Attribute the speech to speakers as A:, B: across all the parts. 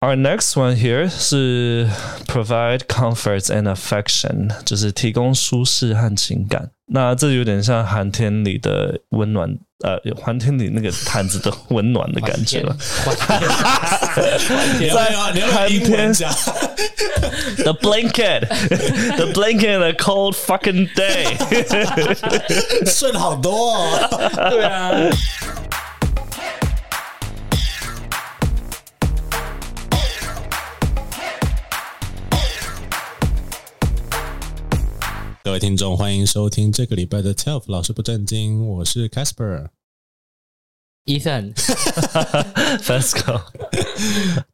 A: Our next one here 是 provide comfort and affection，就是提供舒适和情感。那这有点像寒天里的温暖，呃，寒天里那个毯子的温暖的感觉了。 在寒天，the blanket，the blanket，a cold fucking day
B: 顺好 多哦。
C: 对啊，
B: 各位听众，欢迎收听这个礼拜的 Telf 老师不正经，我是 Casper。
C: 伊森，
A: Fasco。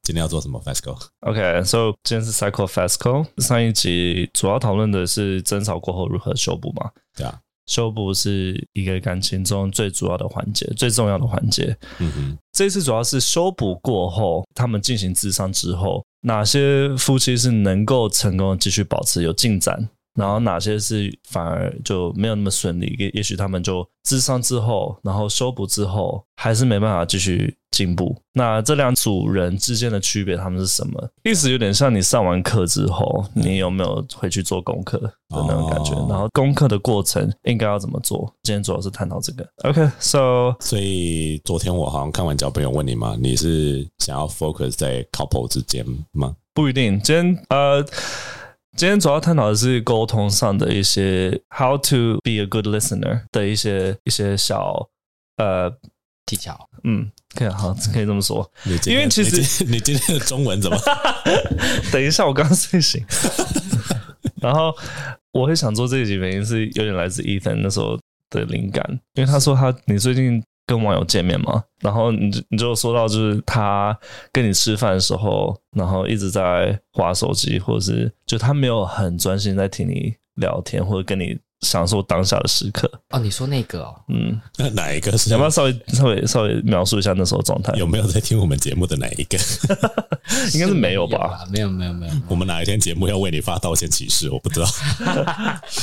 B: 今天要做什么？Fasco，
A: OK，so、今天是 Cycle Fasco。上一集主要讨论的是争吵过后如何修补嘛？
B: 对啊，
A: 修补是一个感情中最主要的环节，最重要的环节。
B: 嗯哼，
A: 这次主要是修补过后，他们进行智商之后，哪些夫妻是能够成功地继续保持有进展，然后哪些是反而就没有那么顺利。也也许他们就智商之后，然后修补之后，还是没办法继续进步。那这两组人之间的区别，他们是什么？意思有点像你上完课之后，你有没有回去做功课的那种感觉？
B: 哦
A: 然后功课的过程应该要怎么做？今天主要是探讨这个。OK，so、
B: 所以昨天我好像看完脚本有问你嘛，你是想要 focus 在 couple 之间吗？
A: 不一定。今天呃，今天主要探讨的是沟通上的一些 how to be a good listener 的一些一些小呃
C: 技巧，
A: 嗯，可以好可以这么说。
B: 你今天
A: 因为其实
B: 你今你今天的中文怎么？
A: 等一下，我刚睡醒。然后我会想做这一集，原因是有点来自 Ethan 那时候的灵感，因为他说他你最近跟网友见面嘛，然后你就你就说到就是他跟你吃饭的时候，然后一直在划手机，或者是就他没有很专心在听你聊天，或者跟你享受当下的时刻。
C: 哦，你说那个哦，
A: 嗯，
B: 哪一个是？
A: 要不要稍微稍微稍微描述一下那时候的状态？
B: 有没有在听我们节目的哪一个？
A: 应该是没
C: 没
A: 有吧？？
C: 没有，没有，没有。
B: 我们哪一天节目要为你发道歉启事？我不知道。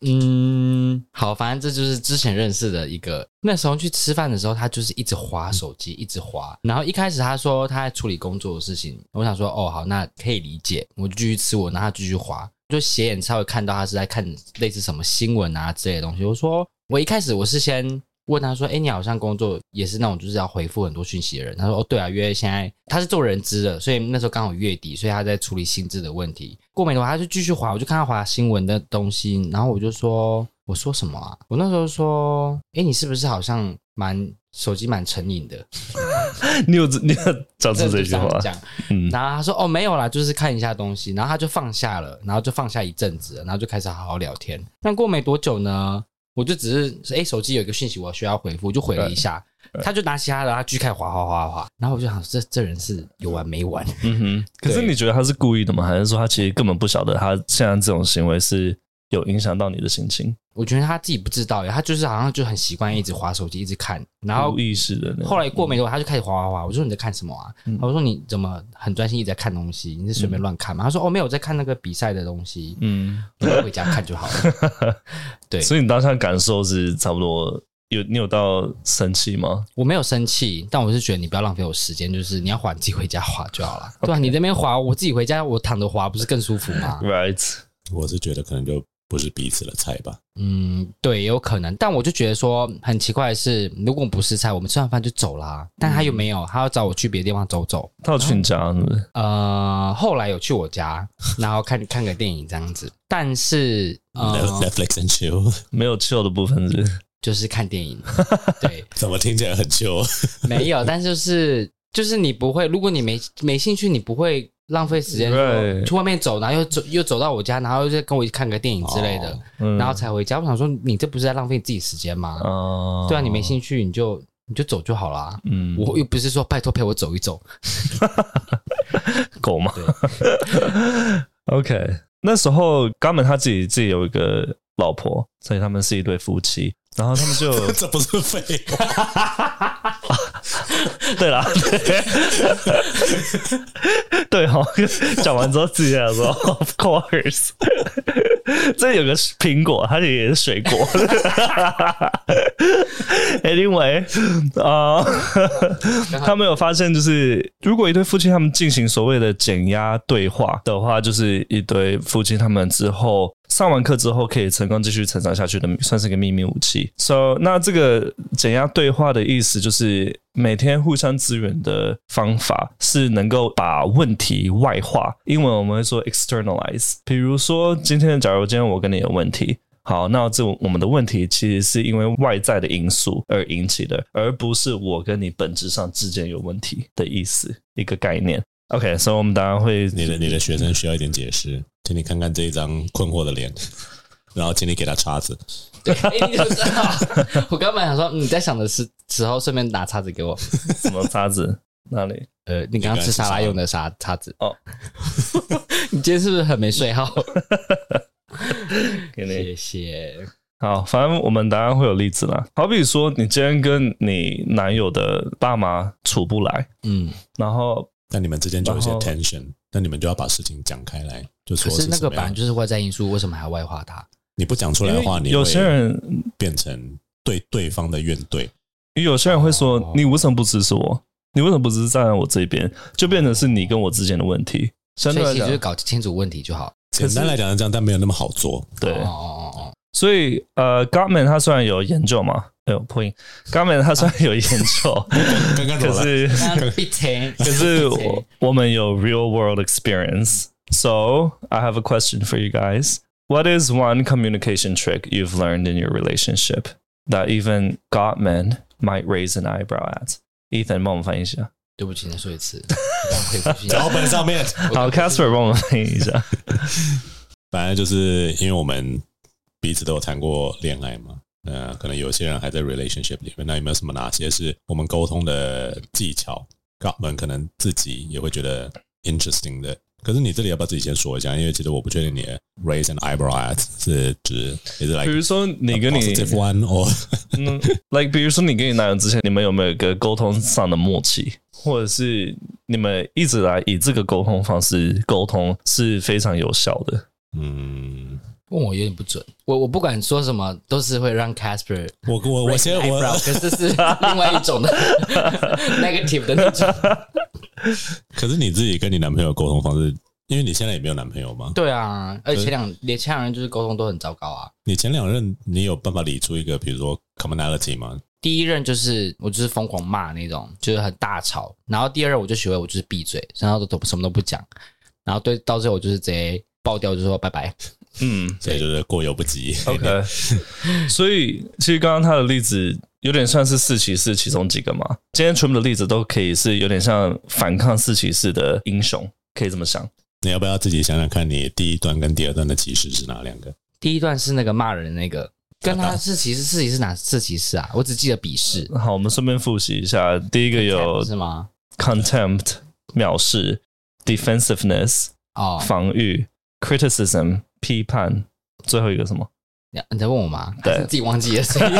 C: 嗯，好，反正这就是之前认识的一个。那时候去吃饭的时候，他就是一直划手机，一直划。然后一开始他说他在处理工作的事情，我想说哦好，那可以理解，我就继续吃我，然后他继续划，就斜眼稍微看到他是在看类似什么新闻啊之类的东西。我说我一开始我是先。问他说：“哎、你好像工作也是那种就是要回复很多讯息的人。”他说：“哦，对啊，因为现在他是做人资的，所以那时候刚好月底，所以他在处理薪资的问题。过没多久，他就继续划，我就看他划新闻的东西，然后我就说：我说什么啊？我那时候说：哎、你是不是好像蛮手机蛮成瘾的？
A: 你有你有讲出这
C: 就
A: 句
C: 样
A: 话？
C: 讲。
A: 嗯
C: 然后他说：“哦，没有啦，就是看一下东西。”然后他就放下了，然后就放下一阵子了，然后就开始好好聊天。但过没多久呢，我就只是诶，手机有一个讯息我需要回复，我就回了一下。
A: 呃
C: 他就拿起他的，他继续开始滑滑滑滑。然后我就想，这这人是有完没完？
A: 嗯哼，可是
C: 对
A: 你觉得他是故意的吗？还是说他其实根本不晓得他现在这种行为是有影响到你的心情，
C: 我觉得他自己不知道耶，他就是好像就很习惯一直滑手机，一直看。然后
A: 无意识的那种？
C: 后来过没多久，他就开始滑滑滑。我说你在看什么啊？
A: 嗯
C: 我说你怎么很专心一直在看东西？你是随便乱看吗？他说哦没有，我在看那个比赛的东西。
A: 嗯，
C: 我就回家看就好 了。对
A: 所以你当下感受是差不多有你有到生气吗？
C: 我没有生气，但我是觉得你不要浪费我时间，就是你要滑你自己回家滑就好 了。对啊，你那边滑，我自己回家我躺着滑不是更舒服 吗？
A: Right，
B: 我是觉得可能就不是彼此的菜吧。
C: 嗯，对，也有可能。但我就觉得说很奇怪的是，如果不是菜，我们吃完饭就走啦。但他又没有，他要找我去别的地方走走。
A: 他有去你家是不是？
C: 呃，后来有去我家， 然后看看个电影这样子。但是
A: 啊
C: 呃，
B: Netflix and chill，
A: 没有 chill 的部分是不 是
C: 就是看 电影，对，
B: 怎么听起来很 chill？
C: 没有，但就是就是你不会，如果你没没兴趣，你不会浪费时间
A: 对
C: 说去外面走，然后又走又走到我家，然后又再跟我一起看个电影之类的，
B: 哦
A: 嗯
C: 然后才回家。我想说，你这不是在浪费自己时间吗？
A: 哦
C: 对啊，你没兴趣，你就你就走就好啦。
A: 嗯，
C: 我又不是说拜托陪我走一走，
A: 狗吗？OK，那时候冈本他自己自己有一个老婆，所以他们是一对夫妻。然后他们就
B: 这不是废 话。
A: 对啦，对对对哈、哦，讲完之后自己想说 ，Of course，这有个苹果，它也是水果。anyway，啊、他们有发现，就是如果一对夫妻他们进行所谓的减压对话的话，就是一对夫妻他们之后上完课之后可以成功继续成长下去的，算是个秘密武器。So，那这个减压对话的意思就是。每天互相支援的方法是能够把问题外化，英文我们会说 externalize。比如说，今天假如今天我跟你有问题，好，那这我们的问题其实是因为外在的因素而引起的，而不是我跟你本质上之间有问题的意思，一个概念。OK，所、以我们当然会
B: 你的你的学生需要一点解释，请你看看这一张困惑的脸， 然后请你给他叉子。
C: 对， 哎 你就知道。我刚本来想说你在想的是时候，顺便拿叉子给我。
A: 什么叉子？那里？
C: 呃，你刚刚吃沙拉用的啥叉子？
A: 哦，
C: 你今天是不是很没睡好？
A: 给你。
C: 谢谢。
A: 好，反正我们当然会有例子啦。好比说，你今天跟你男友的爸妈处不来，
C: 嗯，
A: 然后
B: 那你们之间就有一些
A: 然后
B: tension，那你们就要把事情讲开来，就
C: 可
B: 说
C: 是那
B: 什
C: 个本
B: 么
C: 来
B: 样。
C: 就是外在因素，为什么还要外化它？
B: 你不讲出来的话，
A: 因
B: 你
A: 为有
B: 会
A: 些人，
B: 变成对对方的怨怼。
A: 有些人会说，
C: 哦
A: 你为什么不支持我？你为什么不支持站在我这边？就变成是你跟我之间的问题。相对
C: 所
A: 来
C: 以其实
A: 讲
C: 就是，搞清楚问题就好。
B: 简单来讲是这样，但没有那么好做。
A: 对，
C: 哦哦哦哦，
A: 所以呃，Gottman 他虽然有研究嘛，哎呦破音，Gottman 他虽然有研究，
B: 刚刚怎
A: 可
B: 么了？
A: 是
C: 那必听。
A: 可是我我们有 real world experience. So I have a question for you guys. What is one communication trick you've learned in your relationship that even Gottman might raise an eyebrow at? Ethan 帮我们翻译一下。
C: 对不起，再说一次。我刚回复信息
B: 脚本上面，
A: 好，Casper 帮我们翻译一下。
B: 反正就是因为我们彼此都有谈过恋爱嘛，呃，可能有些人还在 relationship 里面，那有没有什么哪些是我们沟通的技巧？我们可能自己也会觉得 interesting 的。可是你这里要不要自己先说一下？因为其实我不确定你的 raise an eyebrow at 是指 is
A: 比
B: it like
A: 如说你跟你
B: positive one or
A: 嗯，like 比如说你跟你男友之前，你们有没有一个沟通上的默契，或者是你们一直来以这个沟通方式沟通是非常有效的？
B: 嗯，
C: 问我有点不准，我我不管说什么都是会让 Casper
B: 我我我先
C: eyebrow，
B: 我
C: 可是是另外一种的 negative 的那种。
B: 可是你自己跟你男朋友沟通方式，因为你现在也没有男朋友嘛，
C: 对啊，而且前两连前两人就是沟通都很糟糕啊。
B: 你前两任你有办法理出一个比如说 commonality 吗？
C: 第一任就是我就是疯狂骂那种，就是很大吵。然后第二任我就学会我就是闭嘴，然后都都什么都不讲。然后对到最后我就是直接爆掉，就说拜拜。
A: 嗯，
B: 所以就是过犹不及。
A: OK，所以其实刚刚他的例子有点算是四骑士其中几个嘛。今天全部的例子都可以是有点像反抗四骑士的英雄，可以这么想。
B: 你要不要自己想想看，你第一段跟第二段的歧视是哪两个？
C: 第一段是那个骂人的那个，跟他是其实是其是哪是其是啊？我只记得鄙视，
A: 好，我们顺便复习一下，第一个有
C: 是吗？
A: contempt 藐视，defensiveness
C: 哦，
A: 防御，criticism 批判，最后一个什么？
C: 你你在问我吗？
A: 对
C: 还是自己忘记了，所以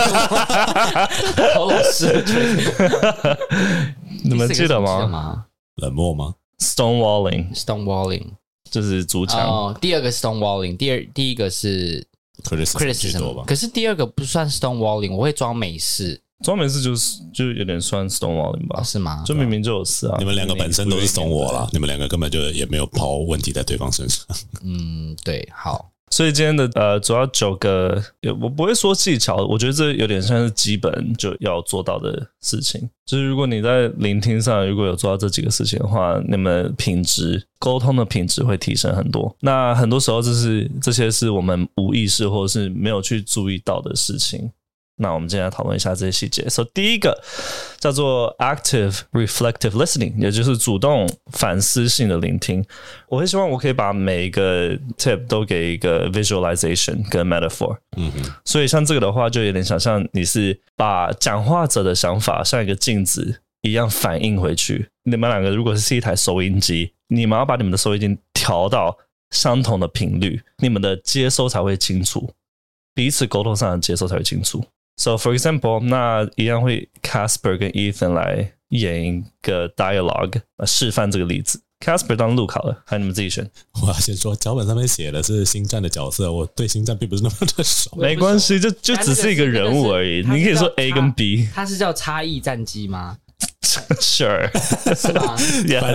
C: 我好老师，我觉得
A: 你们记得
C: 第四个是记
A: 吗
C: 吗
B: 冷漠吗？
A: ？Stonewalling
C: ？Stonewalling
A: 就是竹墙，
C: 哦，第二个 Stonewalling，第二第一个是
B: criticism 居多
C: criticism，
B: 吧。
C: 可是第二个不算 Stonewalling，我会装美式，
A: 专门是就是就有点算 stonewalling 吧
C: 哦，，是吗？
A: 就明明就有事啊
B: 你。们两个本身都是怂我啦，你们两个根本就也没有抛问题在对方身上。
C: 嗯，对，好，
A: 所以今天的呃，主要九个，呃我不会说技巧，我觉得这有点像是基本就要做到的事情。就是如果你在聆听上如果有做到这几个事情的话，你们品质沟通的品质会提升很多。那很多时候就是这些是我们无意识或者是没有去注意到的事情。那我们今天来讨论一下这些细节。所、so, 以第一个叫做 active reflective listening，也就是主动反思性的聆听。我会希望我可以把每一个 tip 都给一个 visualization 跟 metaphor，
B: 嗯哼，
A: 所以像这个的话，就有点想象你是把讲话者的想法像一个镜子一样反映回去。你们两个如果是一台收音机，你们要把你们的收音机调到相同的频率，你们的接收才会清楚，彼此沟通上的接收才会清楚。So for example，那一样会 Casper 跟 Ethan 来演一个 dialogue，呃示范这个例子。 Casper 当 Luke 好了，还你们自己选，
B: 我要先说，脚本上面写的是星战的角色，我对星战并不是那么的熟。
C: 我也
A: 没
C: 不
A: 关系，就就
C: 但
A: 只
C: 那个
A: 是一
C: 是
A: 个
C: 那个
A: 人物
C: 是
A: 而已。
C: 他
A: 你可以
C: 是
A: 说
C: 叫
A: A
C: 他
A: 跟 B，sure，
C: 它是叫差异战机 吗？
A: 是
C: 吧
B: 反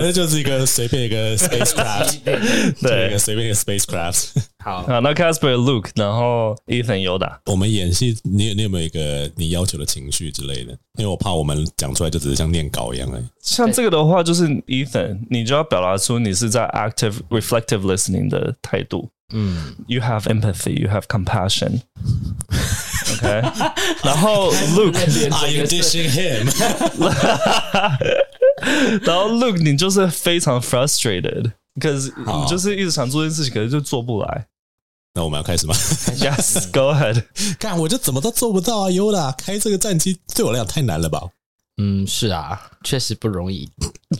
A: Yeah，
B: 正就是一个随便一个 spacecraft，就是一
A: 对
B: 个。随便一个 spacecraft。
C: 好，
A: 啊，那 Casper、Luke，然后 Ethan、尤达，
B: 我们演戏，你你有没有一个你要求的情绪之类的？因为我怕我们讲出来就只是像念稿一样而已。
A: 像这个的话，就是 Ethan，你就要表达出你是在 active reflective listening 的态度。
C: 嗯，
A: You have empathy, you have compassion. OK，然后 Luke，
B: Are you dishing him？
A: 然后 Luke，你就是非常 frustrated，可是
B: 好
A: 你就是一直想做这件事情，可是就做不来。
B: 那我们要开始吗？
A: Yes, go ahead.
B: 干，我就怎么都做不到啊！优啦，开这个战机对我来讲太难 了吧？
C: 嗯，是啊，确实不容易。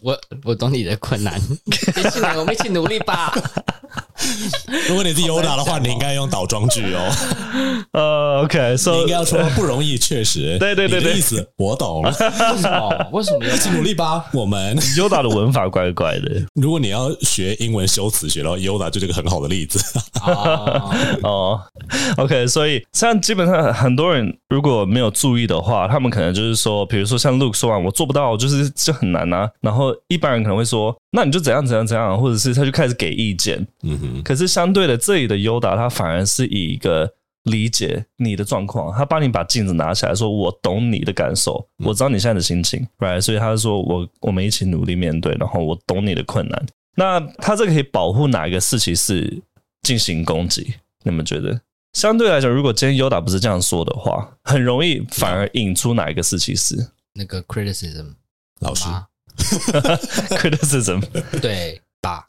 C: 我我懂你的困难，一起来，我们一起努力吧。
B: 如果你是优啦的话，你应该用倒装句哦，
A: 啊呃、o k
B: 你
A: so
B: 应该要说不容易，确 实。
A: 对对对
B: 你的
A: 对
B: 意思我懂，
C: 为什么？为什么要
B: 一起努力吧，我们。
A: 优达的文法怪怪的
B: 如果你要学英文修辞学的话，Yoda 就是个很好的例子。
C: 哦，
A: 哦。OK，所以像基本上很多人如果没有注意的话，他们可能就是说，比如说像 Luke 说啊完我做不到，我就是就很难啊。然后一般人可能会说，那你就怎样怎样怎样，或者是他就开始给意见。
B: 嗯哼，
A: 可是相对的，这里的优达他反而是以一个理解你的状况，他帮你把镜子拿起来，说我懂你的感受，我知道你现在的心情，right？所以他说我我们一起努力面对，然后我懂你的困难。那他这个可以保护哪一个事情是进行攻击？你们觉得？相对来讲，如果今天优达不是这样说的话，很容易反而引出哪一个事情是
C: 那个 criticism
B: 老师
C: 吧，
A: criticism？
C: 对吧？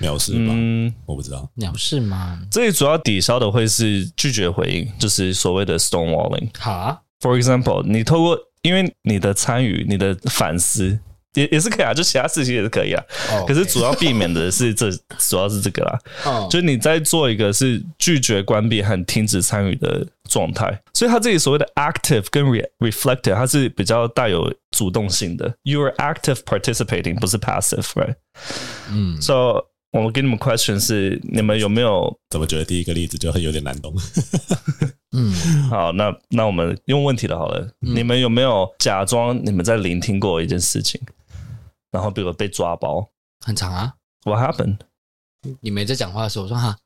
B: 藐视吧，
A: 嗯，
B: 我不 知道。
C: 鸟事吗？
A: 这里主要抵消的会是拒绝回应，就是所谓的 stonewalling。
C: 哈，
A: For example，你透过因为你的参与、你的反思也也是可以啊，就其他事情也是可以啊。
C: 哦
A: 可是主要避免的是这，主要是这个啦。
C: 哦
A: 就你在做一个是拒绝关闭和停止参与的状态，所以他这里所谓的 active 跟 re reflective，它是比较带有主动性的。You are active participating，不是 passive，right？
C: 嗯，
A: So 我给你们 question 是你们有没有
B: 怎么觉得第一个例子就很有点难懂？
C: 嗯，
A: 好？那那我们用问题的好了，你们有没有假装你们在聆听过一件事情，然后比如被抓包
C: 很长啊。
A: ，What happened？
C: 你没在讲话的时候，我说哈，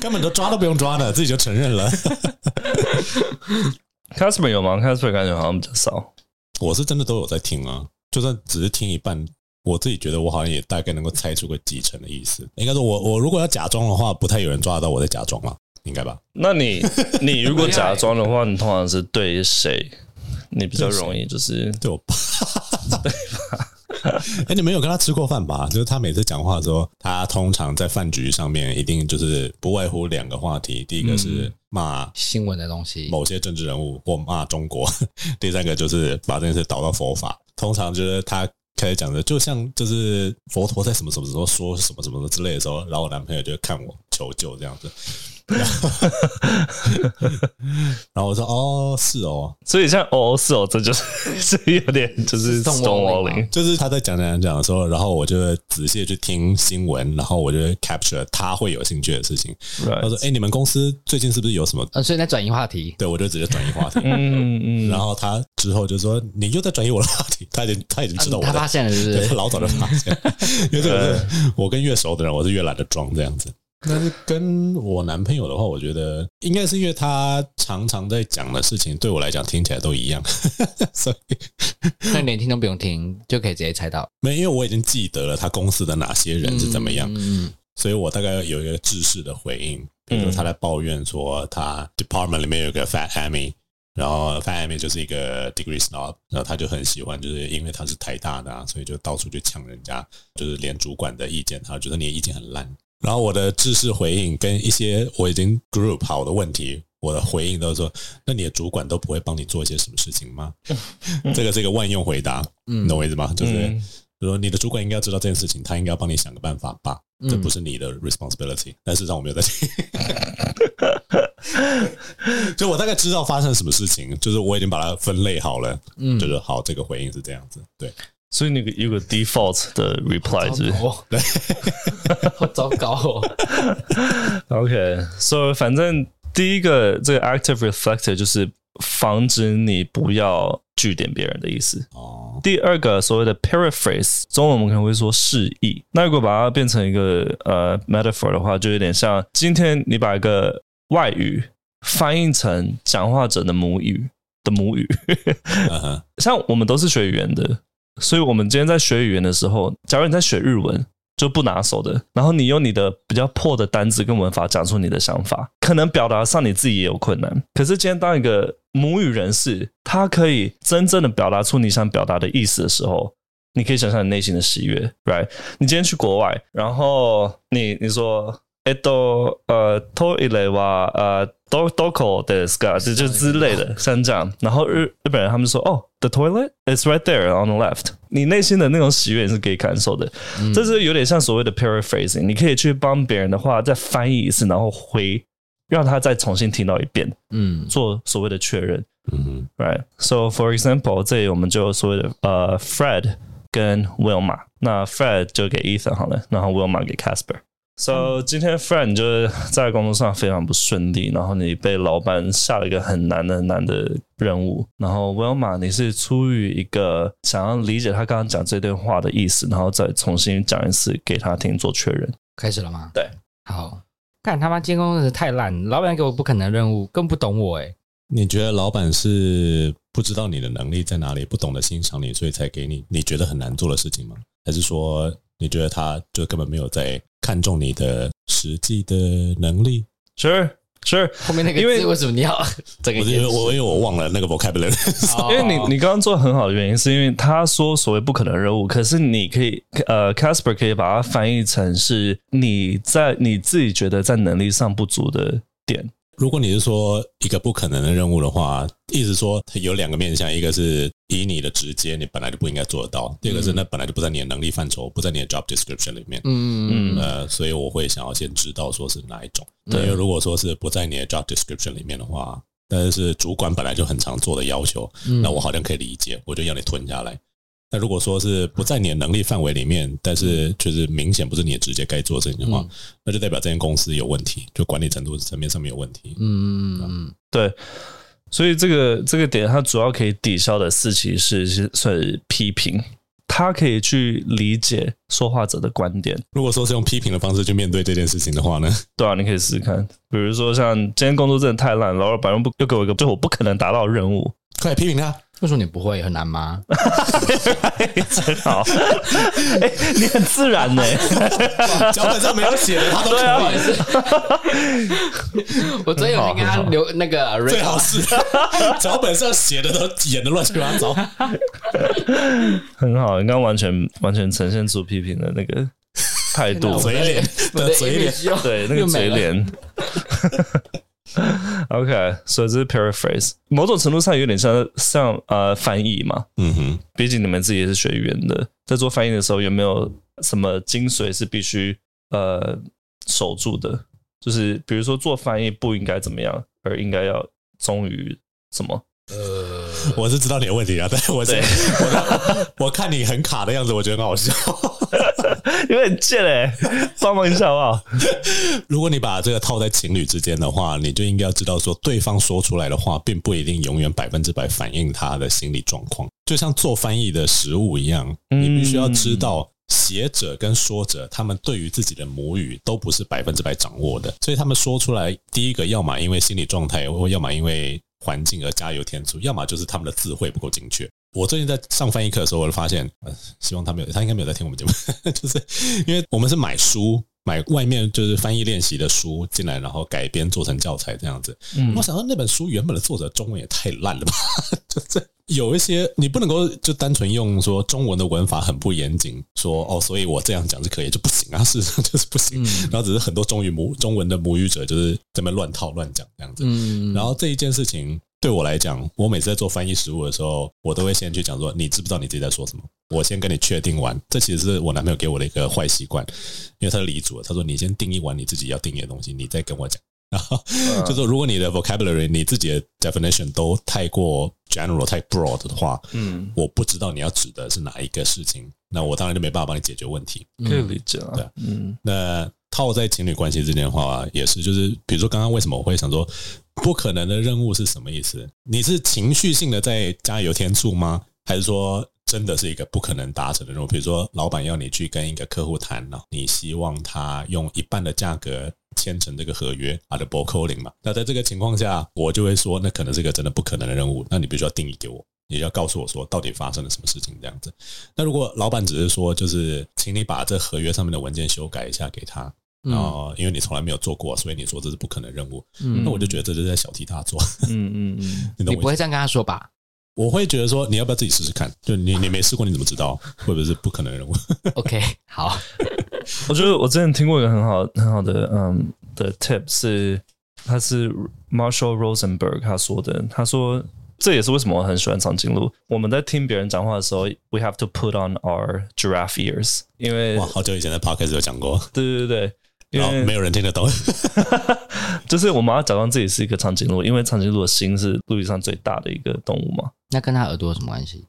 B: 根本都抓都不用抓的，自己就承认 了。
A: Casper 有吗？Casper 感觉好像比较少。
B: 我是真的都有在听啊，就算只是听一半，我自己觉得我好像也大概能够猜出个几成的意思。应该说我，我如果要假装的话，不太有人抓得到我在假装嘛，应该吧？
A: 那 你你如果
C: 没有欸
A: 假装的话，你通常是对谁？你比较容易就是
B: 对我爸， 对吧？哎、你们有跟他吃过饭吧？就是他每次讲话的时候，他通常在饭局上面一定就是不外乎两个话题，第一个是骂
C: 新闻的东西，
B: 某些政治人物或骂中国， 第三个就是把这件事导到佛法。通常就是他开始讲的，就像就是佛陀在什么什么时候说什么什么之类的时候，然后我男朋友就看我求救这样子。 然后然后我说：“哦，是哦，
A: 所以像哦哦是哦，这就是 是有点就是
C: Stonewalling 吗
A: stonewalling。
B: 就是他在讲讲讲的时候，然后我就仔细地去听新闻，然后我就 capture 他会有兴趣的事情。他
A: Right
B: 说：‘哎、你们公司最近是不是有什么
C: 呃，所以在转移话？’题，
B: 对我就直接转移话题。
A: 嗯嗯，
B: 然后他之后就说：“你又在转移我的话题。”他已经嗯他已经知道我
C: 嗯他
B: 在
C: 发现了，是不
B: 对，
C: 是？
B: 老早就发现，因为这个 是我跟越熟的人，我是越懒得装这样子。但是跟我男朋友的话，我觉得应该是因为他常常在讲的事情，对我来讲听起来都一样， 所以
C: 那连听都不用听，就可以直接猜到
B: 没有，因为我已经记得了他公司的哪些人是怎么样，
C: 嗯，
B: 所以我大概有一个制式的回应。比如说他在抱怨说，他 department 里面有一个 fat Amy，然后 fat Amy 就是一个 degree snob，然后他就很喜欢，就是因为他是台大的、啊，所以就到处去呛人家，就是连主管的意见，他觉得你的意见很烂。然后我的制式回应跟一些我已经 group 好的问题，我的回应都是说，那你的主管都不会帮你做一些什么事情吗？ 这个是一个万用回答，你懂我意思吗？就是。
A: 嗯
B: 就说你的主管应该要知道这件事情，他应该要帮你想个办法吧，
C: 嗯
B: 这不是你的 responsibility。但事实上我没有在听， 就我大概知道发生什么事情，就是我已经把它分类好了，
C: 嗯
B: 就是好这个回应是这样子，对，
A: 所以那个有个 default 的 reply 是不是
C: 哦，对，好糟糕哦。
A: ？OK，所、以反正第一个这个 active reflector 就是防止你不要据点别人的意思。
B: 哦，
A: 第二个所谓的 paraphrase，中文我们可能会说释义。那如果把它变成一个呃 metaphor 的话，就有点像今天你把一个外语翻译成讲话者的母语的母语。
B: 嗯哼，
A: 像我们都是学语言的，所以我们今天在学语言的时候，假如你在学日文，就不拿手的，然后你用你的比较破的单字跟文法讲出你的想法，可能表达上你自己也有困难。可是今天当一个母语人士，他可以真正的表达出你想表达的意思的时候。你可以想象你内心的喜悦，right？你今天去国外，然后你你说，えっと、呃、トイレは、呃、どどこですか？这就之类的，像这样。然后日日本人他们说，哦，the toilet is right there on the left。你内心的那种喜悦是可以感受的，这是有点像所谓的 paraphrasing，你可以去帮别人的话再翻译一次，然后回让他再重新听到一遍，
C: 嗯，
A: 做所谓的确认。
B: 嗯哼，
A: Right. So for example，这里我们就所谓的呃 Fred 跟 Wilma，那 Fred 就给 Ethan 好了，然后 Wilma 给 Casper。So 今天 Fred 你就是在工作上非常不顺利，然后你被老板下了一个很难的很难的任务，然后 Wilma 你是出于一个想要理解他刚刚讲这段话的意思，然后再重新讲一次给他听做确认。
C: 开始了吗？
A: 对，
C: 好。干他妈，监工真的是太烂，老板给我不可能的任务，更不懂我哎。
B: 你觉得老板是不知道你的能力在哪里，不懂得欣赏你，所以才给你你觉得很难做的事情吗？还是说你觉得他就根本没有在看重你的实际的能力？
A: Sure, sure.
C: 后面那个
A: 因为
C: 字为什么你要 这个
B: 我因
C: 延
B: 为
C: 迟？
B: 我因为我忘了那个 vocabulary，
C: 哦
A: 因为你你刚刚做得很好的原因，是因为他说所谓不可能任务，可是你可以呃，Casper 可以把它翻译成是你在你自己觉得在能力上不足的点。
B: 如果你是说一个不可能的任务的话，意思说它有两个面向，一个是以你的直接，你本来就不应该做得
C: 嗯
B: 到；第二个是那本来就不在你的能力范畴，不在你的 job description 里面。
C: 嗯嗯嗯，
B: 呃，所以我会想要先知道说是哪一种，因
A: 对
B: 为如果说是不在你的 job description 里面的话，但是主管本来就很常做的要求，
C: 嗯
B: 那我好像可以理解，我就要你吞下来。那如果说是不在你的能力范围里面，但是就是明显不是你的直接该做的事情的话，
C: 嗯
B: 那就代表这间公司有问题，就管理程度层面上面有问题。
C: 嗯嗯嗯
A: 对，所以这个这个点，它主要可以抵消的事情是是是批评，他可以去理解说话者的观点。
B: 如果说是用批评的方式去面对这件事情的话呢，
A: 对啊，你可以试试看。比如说像今天工作真的太烂，老板又不又给我一个，就我不可能达到的任 务，
B: 快批评他，
C: 为什么你不会很难 吗？
A: 真好。哎、你很自然欸呢、
B: 脚本上没有写的，他都可
C: 啊
B: 以，
C: 我昨天有跟他留那个 r
B: 最好是 脚本上写的都演的乱七 八糟。
A: 很好，你刚刚完全完全呈现出批评的那个态 度，
B: 嘴脸
C: 我的
B: 的嘴脸
C: image 又
A: 对那个
C: 又没
A: 嘴
C: 了
A: 脸。OK，所以这是 paraphrase，某种程度上有点像像呃翻译嘛，
B: 嗯哼，
A: 毕竟你们自己也是学语言的，在做翻译的时候有没有什么精髓是必须呃守住的？就是比如说做翻译不应该怎么样，而应该要忠于什么？
B: 我是知道你的问题啊，但是我是
A: 对
B: 我的我看你很卡的样子，我觉得很好笑。
A: 有点贱哎、欸，帮忙一下好不好？
B: 如果你把这个套在情侣之间的话，你就应该要知道说，对方说出来的话，并不一定永远百分之百反映他的心理状况。就像做翻译的食物一样，
A: 嗯
B: 你必须要知道。写者跟说者，他们对于自己的母语都不是百分之百掌握的，所以他们说出来，第一个要么因为心理状态，或要么因为环境而加油添醋，要么就是他们的智慧不够精确。我最近在上翻译课的时候，我就发现，呃希望他没有，他应该没有在听我们节目， 就是因为我们是买书，买外面就是翻译练习的书进来，然后改编做成教材这样子。
A: 嗯
B: 我想到那本书原本的作者中文也太烂了吧， 就是有一些你不能够就单纯用说中文的文法很不严谨，说哦，所以我这样讲是可以，就不行啊，事实上就是不行。然后只是很多中语母中文的母语者就是在那边乱套乱讲这样子。
C: 嗯，
B: 然后这一件事情对我来讲，我每次在做翻译实务的时候，我都会先去讲说，你知不知道你自己在说什么？我先跟你确定完，这其实是我男朋友给我的一个坏习惯，因为他是离组的，他说你先定义完你自己要定义的东西，你再跟我讲。然后
A: 嗯
B: 就是如果你的 vocabulary 你自己的 definition 都太过 general 太 broad 的话，
A: 嗯，
B: 我不知道你要指的是哪一个事情，那我当然就没办法帮你解决问题。
A: 可以理解啊
B: 对，
A: 嗯
B: 那套在情侣关系之间的话，也是就是，比如说刚刚为什么我会想说不可能的任务是什么意思？你是情绪性的在加油添醋吗？还是说真的是一个不可能达成的任务？比如说老板要你去跟一个客户谈了，你希望他用一半的价格。签成这个合约啊的 b o c o l i n g 嘛，那在这个情况下，我就会说，那可能是一个真的不可能的任务，那你必须要定义给我，你要告诉我说到底发生了什么事情这样子。那如果老板只是说，就是请你把这合约上面的文件修改一下给他，
A: 哦
B: 然
C: 嗯
B: 后因为你从来没有做过，所以你说这是不可能任务，那
C: 嗯，
B: 我就觉得这就是在小题大做。
A: 嗯嗯嗯，
B: 你懂
C: 你不
B: 我意思？
C: 会这样跟他 说吧？
B: 我会觉得说，你要不要自己试试看？就你你没试过，你怎么知道会不会是不可能 任务？
C: OK，好，
A: 我觉得我之前听过一个很好很好的嗯的 tip 是，他是 Marshall Rosenberg 他说的，他说这也是为什么我很喜欢长颈鹿。我们在听别人讲话的时候，we have to put on our giraffe ears，因为
B: 哇，好久以前在 podcast 有讲过，
A: 对对对，因
B: 然
C: 啊
B: 后
A: 为
B: 没有人听 得懂。
A: 就是我们要假装自己是一个长颈鹿，因为长颈鹿的心是陆地上最大的一个动物嘛，
C: 那跟他耳朵有什么关系？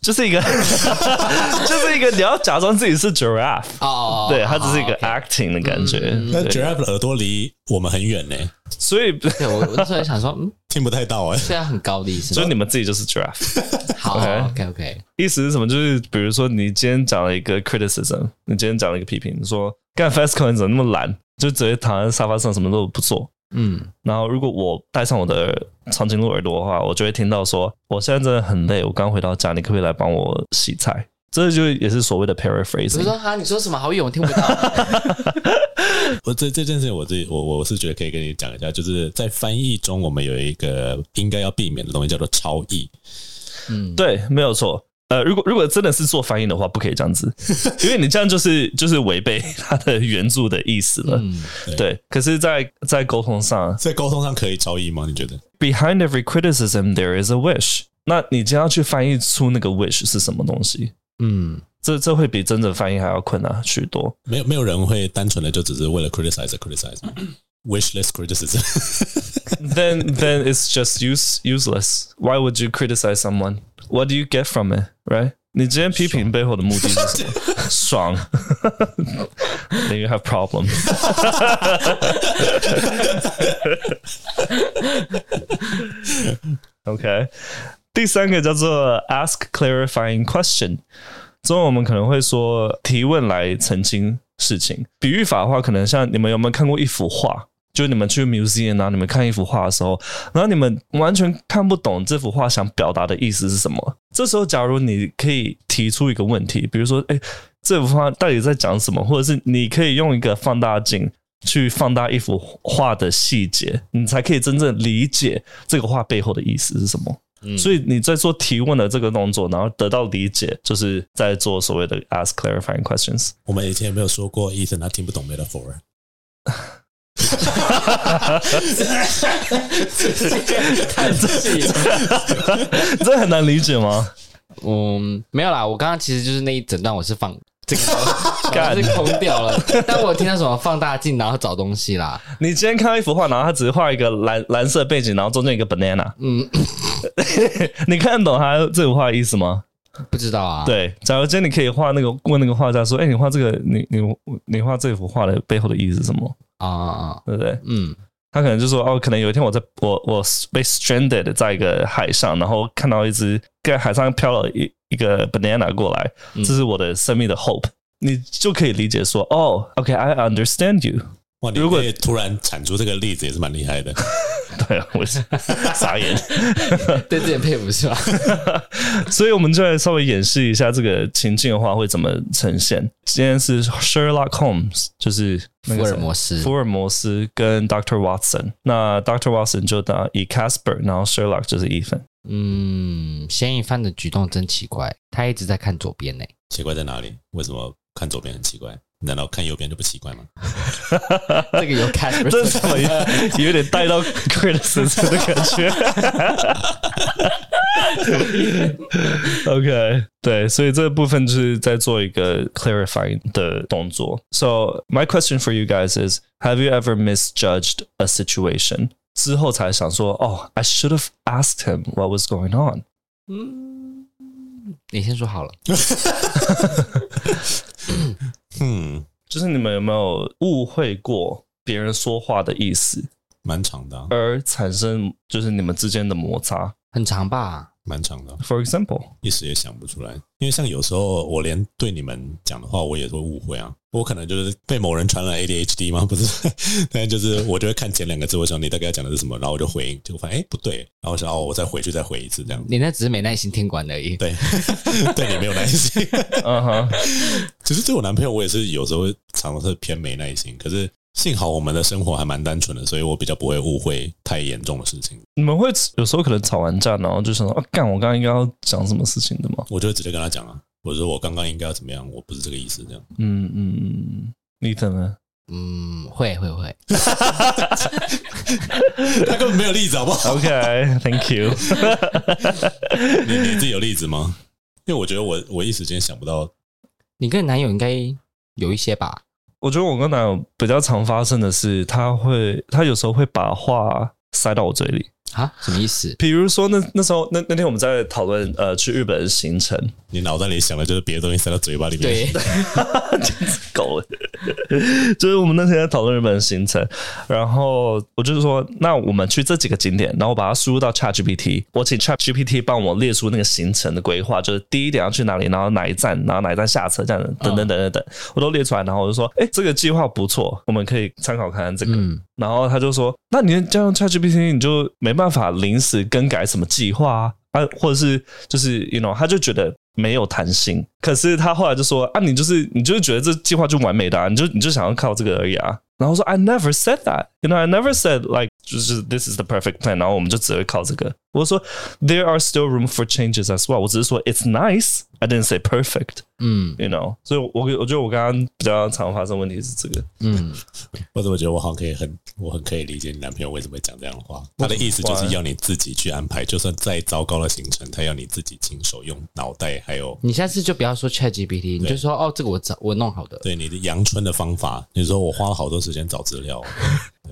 A: 就是一个 就是一个你要假装自己是 giraffe，
C: 哦哦，哦
A: 对，它只是一个
C: 哦，OK
A: acting 的感觉，
C: 嗯嗯嗯
B: 那
A: 对
B: giraffe 的耳朵离我们很远呢，
A: 所以
C: 对我我那时候也想说，嗯，
B: 听不太到哎。
C: 虽然很高的意思
A: 所以
C: 吗，
A: 你们自己就是 giraffe。
C: 好
A: OK
C: ，OK OK，
A: 意思是什么？就是比如说，你今天讲了一个 criticism，你今天讲了一个批评，你说干 FESCO 你怎么那么懒，就直接躺在沙发上什么都不做。
C: 嗯，
A: 然后如果我戴上我的长颈鹿耳朵的话，我就会听到说，我现在真的很累，我刚回到家，你可不可以来帮我洗菜？这就也是啊所谓的
C: 我
A: paraphrasing。
C: 说啊哈，你说什么好远，我听不 到。
B: 我这这件事情我自己我我是觉得可以跟你讲一下，就是在翻译中我们有一个应该要避免的东西叫做超译。
C: 嗯，
A: 对，没有错。呃，如果如果真的是做翻译的话，不可以这样子，因为你这样就是就是违背它的原著的意思了。
C: 嗯，
A: 对，可是在，在沟通上，
B: 在沟通上可以超译吗？你觉得？
A: behind every criticism there is a wish。那你今天要去翻译出那个 wish 是什么东西？
C: 嗯，
A: 这这会比真的翻译还要困难许多。
B: 没有没有人会单纯的就只是为了 criticize而 criticize wishless criticism。
A: then then it's just use useless. Why would you criticize someone? What do you get from it? Right? 你今天批评背后的目的是什么？爽。then you have problem. ，OK，第三个叫做 ask clarifying question，中文我们可能会说提问来澄清事情。比喻法的话，可能像你们有没有看过一幅画？就你们去 museum 啊，你们看一幅画的时候，然后你们完全看不懂这幅画想表达的意思是什么。这时候，假如你可以提出一个问题，比如说，哎，这幅画到底在讲什么？或者是你可以用一个放大镜去放大一幅画的细节，你才可以真正理解这个画背后的意思是什么。
C: 嗯
A: 所以你在做提问的这个动作，然后得到理解，就是在做所谓的 ask clarifying questions。
B: 我们以前有没有说过，Ethan 他听不懂 metaphor？
C: 看戏。
A: 你这很难理解 吗？
C: 嗯，没有啦，我刚刚其实就是那一整段我是放这个
A: 干
C: 我是空掉了， 但我有听到什么放大镜，然后找东西啦，
A: 你今天看到一幅画，然后它只是画一个蓝蓝色背景，然后中间有一个 banana，
C: 嗯，
A: 你看得懂它这幅画的意思吗？
C: 不知道啊。，
A: 对，假如今天你可以画那个问那个画家说，哎、你画这个，你你你画这幅画的背后的意思是什么？
C: 啊啊啊，
A: 对不对？
C: 嗯
A: 他可能就说哦，可能有一天我在我我被 stranded 在一个海上，然后看到一只在海上飘了一一个 banana 过来，
C: 嗯
A: 这是我的生命的 hope。你就可以理解说哦，OK，I、understand you。
B: 哇，你
A: 如果
B: 可以突然产出这个例子也是蛮厉害的。
A: 对，我是傻眼。
C: 对自己的佩服是吧？
A: 所以我们就来稍微演示一下这个情境的话会怎么呈现。今天是 Sherlock Holmes，就是那
C: 福
A: 个
C: 尔
A: 谁
C: 摩斯
A: 福，尔摩斯跟 Doctor Watson。那 Doctor Watson 就当以 Casper，然后 Sherlock 就是 Ethan。
C: 嗯，嫌疑犯的举动真奇怪，他一直在看左边呢。
B: 奇怪在哪里？为什么看左边很奇怪？难道看右边就不奇怪吗？
C: 这个有看，
A: 这是怎么有有点带到 criticism 的感觉？ OK，对，所以这部分就是在做一个 clarifying 的动作。So my question for you guys is: Have you ever misjudged a situation? 之后才想说，哦、i should have asked him what was going on。
C: 嗯，你先说好了。
B: 嗯，
A: 就是你们有没有误会过别人说话的意思，
B: 蛮长的啊、
A: 而产生就是你们之间的摩擦
C: 很长吧？
B: 蛮长的啊、
A: ？For example，
B: 一时也想不出来。因为像有时候我连对你们讲的话，我也会误会啊。我可能就是被某人传染 ADHD 吗？不是， 但就是我就会看前两个字，我想你大概要讲的是什么，然后我就回应，结果发现哎、诶不对，然后我想哦，我再回去再回一次这样。
C: 你那只是没耐心听完而已。
B: 对， 对你没有耐心。
A: 嗯哼，
B: 其实对我男朋友，我也是有时候常常是偏没耐心，可是幸好我们的生活还蛮单纯的，所以我比较不会误会太严重的事情。
A: 你们会有时候可能吵完架，然后就想说，啊，干，我刚刚应该要讲什么事情的吗？
B: 我就会直接跟他讲啊，我说我刚刚应该要怎么样，我不是这个意思，这样
A: 嗯嗯嗯嗯，Nathan 呢？
C: 嗯，会会会。
B: 他根本没有例子，好不好？
A: OK，Thank、you
B: 你你自己有例子吗？因为我觉得我我一时间想不到，
C: 你跟男友应该有一些吧？
A: 我觉得我跟男友比较常发生的是，他会他有时候会把话塞到我嘴里。
C: 啊，什么意思？
A: 比如说那那时候那那天我们在讨论呃去日本的行程，
B: 你脑袋里想的就是别的东西塞到嘴巴里面。
C: 对，
A: 狗， 就是我们那天在讨论日本的行程，然后我就是说，那我们去这几个景点，然后我把它输入到 Chat GPT，我请 Chat GPT 帮我列出那个行程的规划，就是第一点要去哪里，然后哪一站，然后哪一站下车，这样子等等等等等，我都列出来，然后我就说，哎、这个计划不错，我们可以参考看看这个。
C: 嗯，
A: 然后他就说，那你这样 ChatGPT 你就没办法临时更改什么计划啊，啊，或者是就是 you know，他就觉得没有弹性。可是他后来就说啊，你就是你就是觉得这计划就完美的、啊，你就你就想要靠这个而已啊。然后说 I never said that，you know I never said like 就是 this is the perfect plan，然后我们就只会靠这个。我说 There are still room for changes as well，我只是说 it's nice，I didn't say perfect，you
C: 嗯
A: know。所以我我觉得我刚刚比较常发生问题是这个。
C: 嗯，
B: 我怎么觉得我好像可以很，我很可以理解你男朋友为什么会讲这样的话。他的意思就是要你自己去安排，就算再糟糕的行程，他要你自己亲手用脑袋，还有
C: 你下次就不要说 ChatGPT，你就说哦，这个我找我弄好的，
B: 对你的阳春的方法。你说我花了好多时间找资料，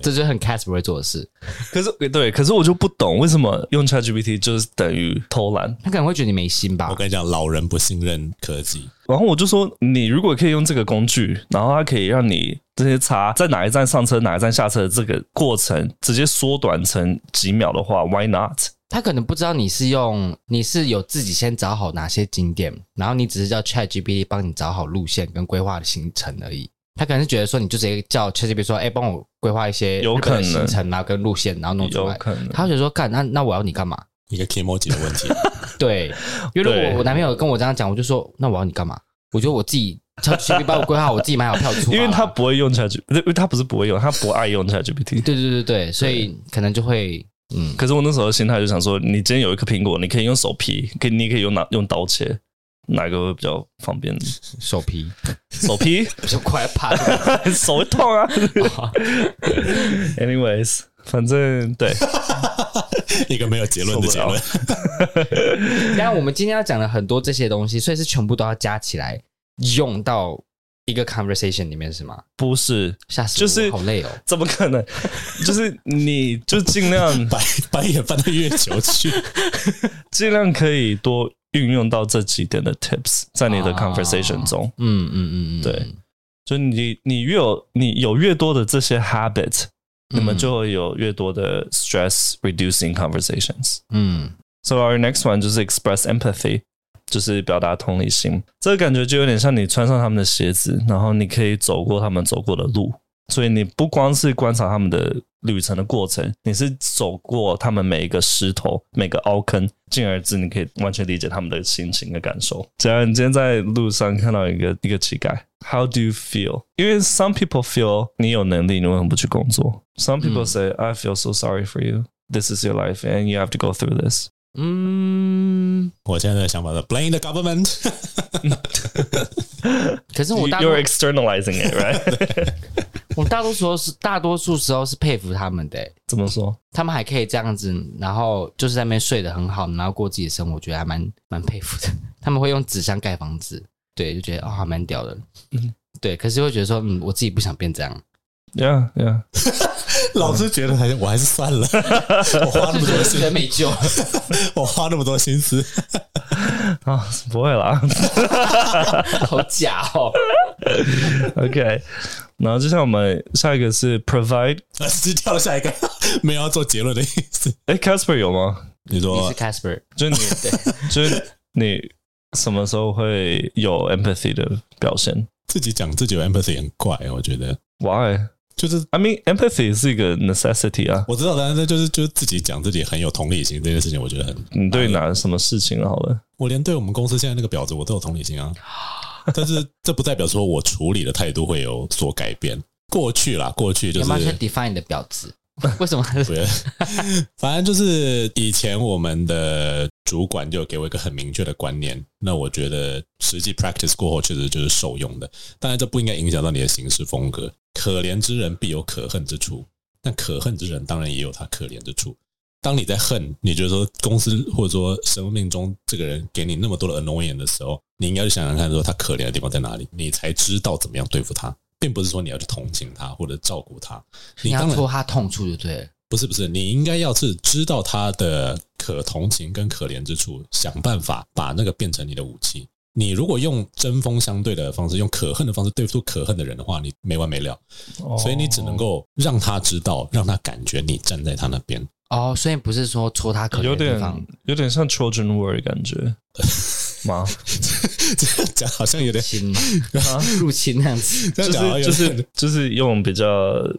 C: 这就是很 Cas 不会做的事。
A: 可是对，可是我就不懂为什么用 ChatGPT 就是等于偷懒。
C: 他可能会觉得你没心吧
B: 我？跟你讲，老人不信任科技，
A: 然后我就说，你如果可以用这个工具，然后它可以让你这些查在哪一站上车、哪一站下车的这个过程直接缩短成几秒的话，Why not？
C: 他可能不知道你是用你是有自己先找好哪些景点，然后你只是叫 ChatGPT 帮你找好路线跟规划的行程而已。他可能是觉得说，你就直接叫 ChatGPT 说，哎、帮我规划一些
A: 有
C: 日本的
A: 可能
C: 行程，然啊后跟路线，然后弄出
A: 有
C: 来。
A: 可能。
C: 他会觉得说，干那那我要你干嘛？
B: 一个 emoji 的问题。
C: 对，因为如
A: 对
C: 果我男朋友跟我这样讲，我就说那我要你干嘛？我觉得我自己叫 ChatGPT 帮我规划，我自己买好票出发了。
A: 因为他不会用 ChatGPT，他不是不会用，他不爱用 ChatGPT。
C: 对对对对，所以可能就会嗯，
A: 可是我那时候的心态就想说，你今天有一颗苹果，你可以用手皮，可以你也可以用拿用刀切，哪个会比较方便？
C: 手皮
A: 手皮
C: 比较快怕这个。
A: 手会痛啊。Anyways，反正对，
B: 一个没有结论的结论。
C: 但我们今天要讲了很多这些东西，所以是全部都要加起来用到一个 conversation 里面是吗？
A: 不是，
C: 吓死我，
A: 就是
C: 好累哦。
A: 怎么可能？就是你就尽量
B: 白白眼翻到月球去，
A: 尽量可以多运用到这几点的 tips 在你的
C: 啊
A: conversation 中。
C: 嗯嗯嗯嗯，
A: 对就你你越有你有越多的这些 habit，
C: 嗯
A: 你们就会有越多的 stress reducing conversations。
C: 嗯
A: So our next one 就是 express empathy，就是表达同理心。这个感觉就有点像你穿上他们的鞋子，然后你可以走过他们走过的路。所以你不光是观察他们的旅程的过程，你是走过他们每一个石头、每个凹坑，进而至你可以完全理解他们的心情和感受。假如你今天在路上看到一个一个乞丐，How do you feel？因为 some people feel 你有能力，你为什么不去工作？Some people
C: 嗯
A: say、I feel so sorry for you. This is your life, and you have to go through this.
C: 嗯。
B: 我现在的想法是 blame the government。
C: 可是我大部
A: You're
C: 分
B: Oh,
A: externalizing it, right?
C: 我大多数是大多数时候是佩服他们的、欸
A: 怎么说？
C: 他们还可以这样子，然后就是在那边睡得很好，然后过自己的生活，我觉得还蛮蛮佩服的。他们会用纸箱盖房子，对，就觉得哦，还蛮屌的。
A: 嗯
C: 对，可是会觉得说，嗯，我自己不想变这样，
A: 呀 呀，
B: 老是觉得还是我还是算 了，我花那
C: 就
B: 么
C: 觉
B: 多
C: 得
B: 心
C: 觉，得没救。
B: 我花那么多心思，
A: 啊，不会 啦
C: 好假哦！
A: ，OK。然后就像我们下一个是 provide，
B: 直接跳到下一个， 没有要做结论的意思。
A: 哎，Casper 有吗？
B: 你
C: 你
B: 说
C: 是 Casper，
A: 就是你，就是你什么时候会有 empathy 的表现
B: 自己讲自己有 empathy 很怪，我觉得
A: ？Why？
B: 就是。
A: I mean, empathy 是一个 necessity 啊。
B: 我知道，但是就是就是自己讲自己很有同理心这件事情，我觉得很，
A: 你对哪什么事情好了？
B: 我连对我们公司现在那个婊子我都有同理 心啊。但是这不代表说我处理的态度会有所改变。过去啦，过去就
C: 有
B: 是
C: 没有去 define 你的婊子？为什么？
B: 不是， 反正就是以前我们的主管就有给我一个很明确的观念，那我觉得实际 practice 过后确实就是受用的。当然，这不应该影响到你的行事风格。可怜之人必有可恨之处，但可恨之人当然也有他可怜之处。当你在恨，你觉得说公司或者说生命中这个人给你那么多的 annoying 的时候，你应该去想想看，说他可怜的地方在哪里，你才知道怎么样对付他，并不是说你要去同情他或者照顾他。
C: 你
B: 你
C: 要
B: 当然
C: 戳他痛处就对了。
B: 不是不是，你应该要是知道他的可同情跟可怜之处，想办法把那个变成你的武器。你如果用针锋相对的方式，用可恨的方式对付可恨的人的话，你没完没了。所以你只能够让他知道，让他感觉你站在他那边。
C: 哦，所以不是说戳他可
A: 有
C: 怜的地方
A: 点，有点像 children word 感 觉吗？
B: 这样讲好像有点，
C: 侵吗入侵那样子。
B: 这
A: 就
B: 样讲好像
A: 是
B: 有
A: 就
B: 点
A: 是就是用比较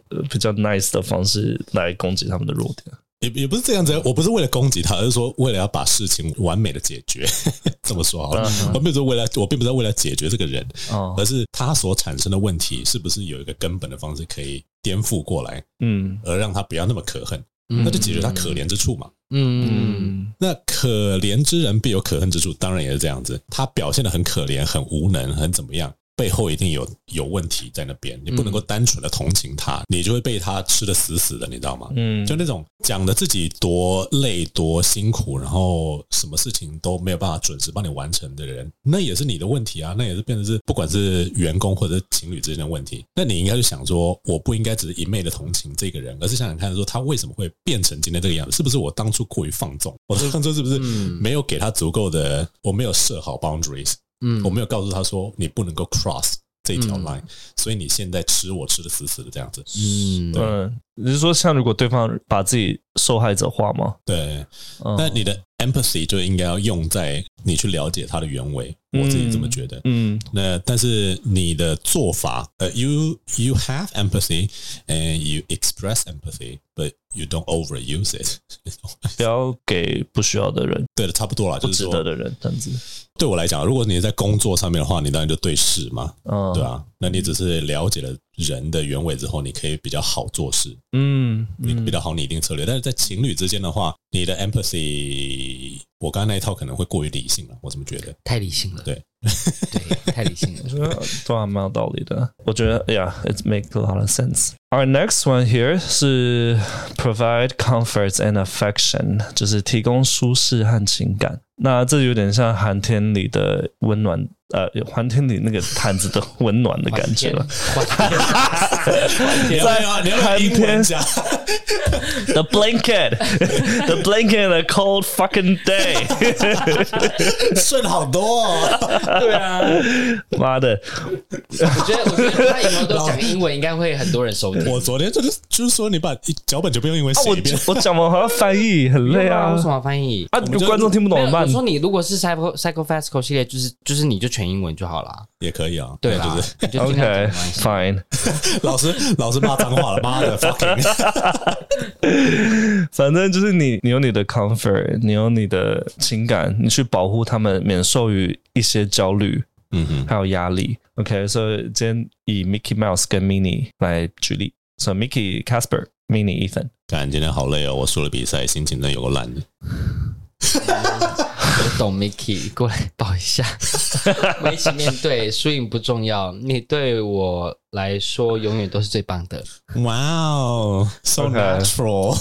A: 呃比较 nice 的方式来攻击他们的弱点。
B: 也也不是这样子，我不是为了攻击他，而是说为了要把事情完美的解决。 这么说好了，我并不是为了，我并不是为了解决这个人，
A: 哦
B: 而，是他所产生的问题是不是有一个根本的方式可以颠覆过来，
A: 嗯
B: 而让他不要那么可恨，
C: 嗯
B: 那就解决他可怜之处嘛。
C: 嗯，
A: 嗯
B: 那可怜之人必有可恨之处，当然也是这样子。他表现的很可怜、很无能、很怎么样，背后一定有有问题在那边。你不能够单纯的同情他，你就会被他吃的死死的，你知道吗？
A: 嗯，
B: 就那种讲的自己多累多辛苦，然后什么事情都没有办法准时帮你完成的人，那也是你的问题啊，那也是变成是不管是员工或者是情侣之间的问题。那你应该就想说，我不应该只是一昧的同情这个人，而是想想看说他为什么会变成今天这个样子，是不是我当初过于放纵？我这放纵是不是
C: 嗯
B: 没有给他足够的，我没有设好 boundaries，
C: 嗯
B: 我没有告诉他说你不能够 cross 这条 line，、所以你现在吃我吃的死死的这样子。
C: 嗯
B: 对
A: 嗯，你是说像如果对方把自己受害者化吗？
B: 对，
A: 嗯
B: 那你的 empathy 就应该要用在你去了解它的原委，我自己这么觉得。
A: 嗯
B: 那但是你的做法，呃，you you have empathy and you express empathy, but you don't overuse it
A: 不要给不需要的人、
B: 对的，差不多啦，
A: 不
B: 就是
A: 值得
B: 说，
A: 的人这样子。
B: 对我来讲，如果你在工作上面的话，你当然就对事嘛，
A: 嗯，
B: 对啊。那你只是了解了人的原委之后，你可以比较好做事，
A: 嗯，
B: 你
A: 嗯
B: 比较好拟定策略。但是在情侣之间的话，你的 empathy，我刚刚那一套可能会过于理性了，我这么觉得。
C: 太理性了，
B: 对
C: 对，太理性了
A: 我。觉得都还蛮有道理的。我觉得，Yeah, it makes a lot of sense. Our next one here 是 provide comfort and affection，就是提供舒适和情感。那这有点像寒天里的温暖，呃，寒天里那个毯子的温暖的感觉了。
C: 还天，
B: 你要不要你要不要
A: 寒
B: 英文
A: 天
B: 讲？
A: The blanket, the blanket, and a cold fucking day 。
B: 顺好多哦。
C: 对啊，
A: 妈的，
C: 我觉得我觉得他以后都讲英文，应该会很多人收听。
B: 我昨天就是就是说，你把脚本就不用英文
A: 啊、
B: 写一遍。
A: 我我讲完还要翻译，很累啊
C: 为什。么要翻译？
A: 啊，
B: 就
A: 观众听不懂怎
C: 没有
A: 么办
C: 我？说你如果是 Psycho Psycho Fasco 系列，就是就是你就全英文就好啦。
B: 也可以啊，
C: 对
B: 那
C: 啦
B: 就是，
C: 你就尽量讲没
A: OK,
C: 关系。
A: fine.
B: 老师 老师骂脏话了，妈的 fucking！
A: 反正就是你，你有你的 comfort，你有你的情感，你去保护他们免受于一些焦虑
B: 嗯哼，
A: 还有压力。OK，所、以今天以 Mickey Mouse 跟 Minnie 来举例，所、以 Mickey、Casper、Minnie、Ethan，
B: 感今天好累哦，我输了比赛，心情真的有个烂的。
C: 懂 Mickey 过来抱一 下，我们一起面对，输赢不重要，你对我来说永远都是最棒的。
B: 哇哦，so
A: OK
B: natural，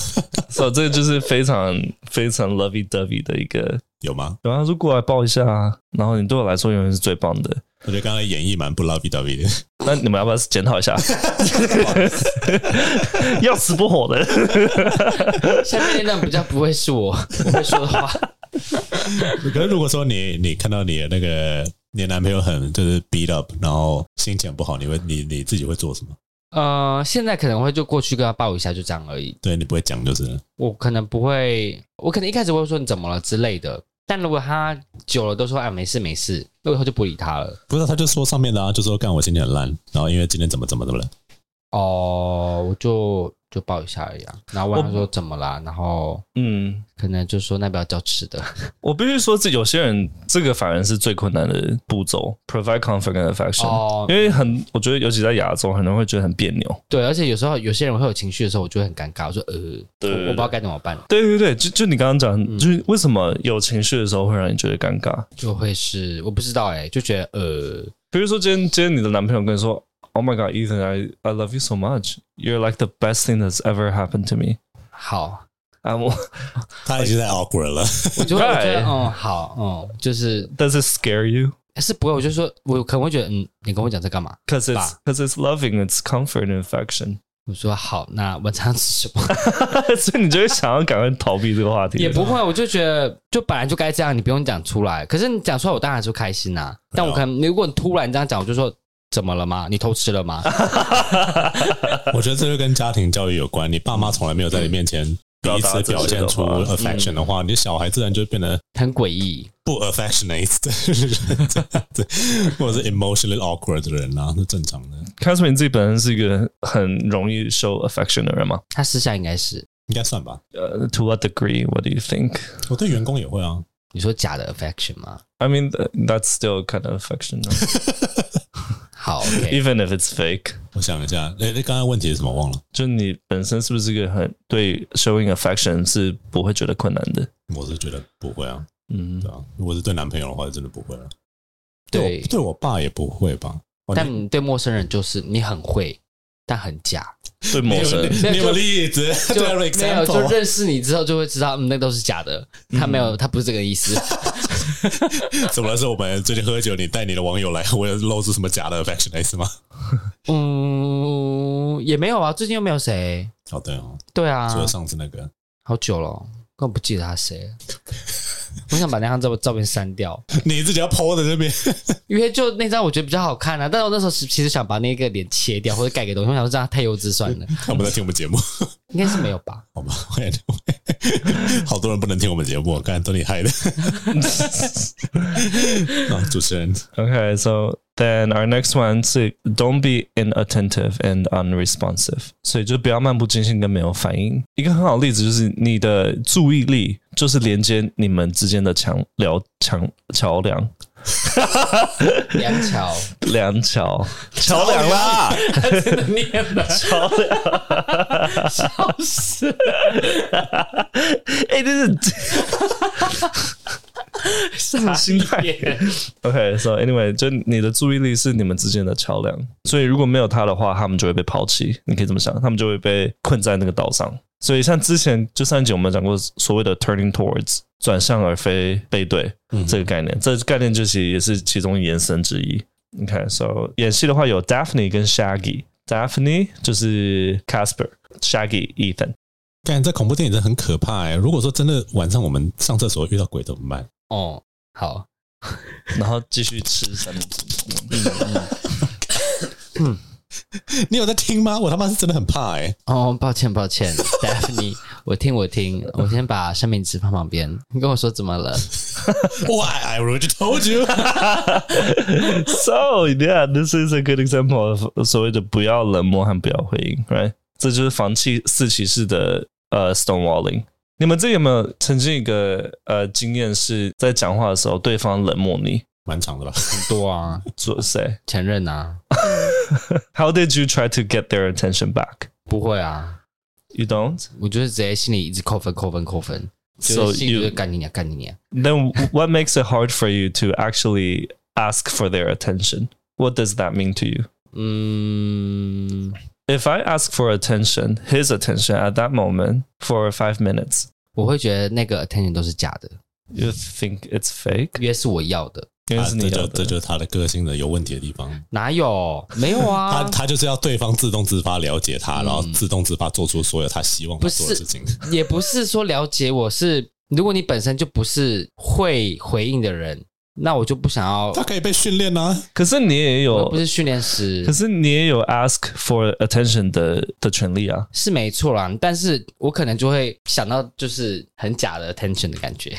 A: 所以这个就是非常非常 lovey dovey 的一个。
B: 有吗？
A: 然后他说过来抱一下啊，然后你对我来说永远是最棒的。
B: 我觉得刚才演绎蛮不 lovey dovey 的。
A: 那你们要不要检讨一下？ 要死不活的。
C: 下面那段比较不会是我我会说的话，
B: 可是如果说你你看到你的那个你的男朋友很就是 beat up，然后心情不好，你会你你自己会做什么？
C: 呃，现在可能会就过去跟他抱一下，就这样而已。
B: 对你不会讲就是了
C: 我可能不会，我可能一开始会说你怎么了之类的，但如果他久了都说啊没事没事，那我以后就不理他了。
B: 不是，他就说上面的啊，就说干我心情很烂，然后因为今天怎么怎么怎么了，
C: 哦，我就就抱一下而已啊。然后问他说怎么啦，然后
A: 嗯，
C: 可能就说那不要叫吃的。
A: 我必须说，这有些人这个反而是最困难的步骤，provide comfort and affection，、
C: 哦
A: 因，为很，我觉得尤其在亚洲，很多人会觉得很别扭。
C: 对，而且有时候有些人会有情绪的时候，我就会很尴尬，我说呃，
A: 对
C: 我我不知道该怎么办，
A: 对对对，就就你刚刚讲，
C: 嗯
A: 就是为什么有情绪的时候会让你觉得尴尬？
C: 就会是我不知道哎、就觉得呃，
A: 比如说今天今天你的男朋友跟你说，Oh my God, Ethan, I I love you so much. You're like the best thing that's ever happened to me.
C: 好，
A: 啊，我
B: 他已经在 awkward 了。
C: 我就会我觉得
A: Right
C: 嗯好，嗯，就是
A: does it scare you?
C: 是不会，我就说我可能会觉得嗯，你跟我讲这干嘛？
A: Cause it's cause it's loving, it's comfort and affection.
C: 我说好，那晚餐吃什么？
A: 所以你就会想要赶快逃避这个话题。
C: 也不会，我就觉得就本来就该这样，你不用讲出来。可是你讲出来，我当然就开心啦、啊
A: 啊
C: 但我可能如果你突然这样讲，我就说怎么了吗？你偷吃了吗？
B: 我觉得这就跟家庭教育有关，你爸妈从来没有在你面前 第一次表现出
A: 表达
B: affection 的话，你嗯小孩自然就变得
C: 很诡异。
B: 不 affectionate 的人，或者是 emotionally awkward 的人啊，是正常的。
A: Catherine 自己本身是一个很容易 show affection 的人吗？
C: 他私下应该是
B: 应该算吧，
A: 呃、t o Uh, what degree? What do you think?
B: 我对员工也会啊，
C: 你说假的 affection 吗？
A: I mean, th- that's still kind of affection, right?
C: 好，OK，
A: even if it's fake.
B: 我想一下，诶，那刚刚问题是什么忘了？
A: 就你本身是不是一个很对 showing affection 是不会觉得困难的？
B: 我是觉得不会啊，
A: 嗯
B: 对，啊，如果是对男朋友的话，真的不会了。
C: 对
B: 我对我爸也不会吧？哦
C: 但
B: 你
C: 你对陌生人就是你很会，但很假。
A: 对陌生人
B: 你有你有例子，
C: 就
B: 对
C: 没啊有，就
B: ，example，
C: 认识你之后就会知道，嗯，那都是假的。他没有，他不是这个意 思。
B: 怎么了？是我们最近喝酒，你带你的网友来，我有露出什么假的 affectionate 吗？
C: 嗯，也没有啊，最近又没有谁。
B: 哦，对哦，
C: 对啊，
B: 除了上次那个，
C: 好久了，根本不记得他谁了。我想把那张照照片删掉，
B: 你自己要 PO 在那边，
C: 因为就那张我觉得比较好看啊。但是我那时候其实想把那个脸切掉或者盖个东西，我想说这样太幼稚算了，
B: 他们在听我们节目，
C: 应该是没有吧？
B: 好吧？好多人不能听我们节目，看都你害的。啊，主持人，
A: Okay, so then our next one 是 Don't be inattentive and unresponsive，所以就不要漫不经心跟没有反应。一个很好的例子就是你的注意力就是连接你们之间的墙梁桥桥梁
C: 梁桥，
A: 梁桥桥梁啦，
B: 啦，
C: 真的念了，
A: 桥梁。
C: 笑死！
A: 哎，这 是
C: 傻
A: 心态
C: 眼
A: OK，so、anyway，就你的注意力是你们之间的桥梁，所以如果没有它的话，他们就会被抛弃。你可以这么想，他们就会被困在那个岛上。所以像之前就上一集我们讲过所谓的 turning towards 转向而非背对、这个概念，这个概念就是也是其中延伸之一。你看，so 演戏的话有 Daphne 跟 Shaggy，Daphne 就是 Casper，Shaggy Ethan。
B: 干在恐怖电影真的很可怕哎、如果说真的晚上我们上厕所遇到鬼怎么办？
C: 哦，好，
A: 然后继续吃三明治。
B: 你有在听吗？我他妈是真的很怕哎、
C: 哦，抱歉抱 歉，Daphne，我听我听，我先把生命值放旁边。你跟我说怎么了？
B: Why I already told you？
A: So yeah, this is a good example of 所谓的不要冷漠和不要回应，right？这就是防气四骑士的呃 stonewalling。你们这有没有曾经一个呃经验是在讲话的时候对方冷漠你？
B: 蛮长的 吧？
C: 很多啊，
A: 说谁
C: 前任啊，
A: ？How did you try to get their attention back?
C: 不会啊，
A: You don't?
C: 我就是直接心里一直扣分扣分扣分。就
A: So
C: 是心里就是
A: you
C: 干你娘，啊干你娘。
A: then what makes it hard for you to actually ask for their attention? What does that mean to you?
C: 嗯，
A: If I ask for attention, his attention at that moment for five minutes,
C: 我会觉得那个 attention 都是假的，
A: you think it's fake? E
C: 约是我要的，
A: 因为
B: 啊
A: 是
B: 这
A: 你
B: 就
A: 要的
B: 这就是他的个性的有问题的地方。
C: 哪有？没有
B: 他
C: 啊，
B: 他就是要对方自动自发了解他，然后自动自发做出所有他希望他做的事情。
C: 也嗯不是说了解我是，如果你本身就不是会回应的人，那我就不想要
B: 他，可以被训练啊，
A: 可是你也有
C: 我又不，是训练师
A: 可，是你也有 ask for attention 的的权利啊。
C: 是没错啦，但是我可能就会想到就是很假的 attention 的感觉。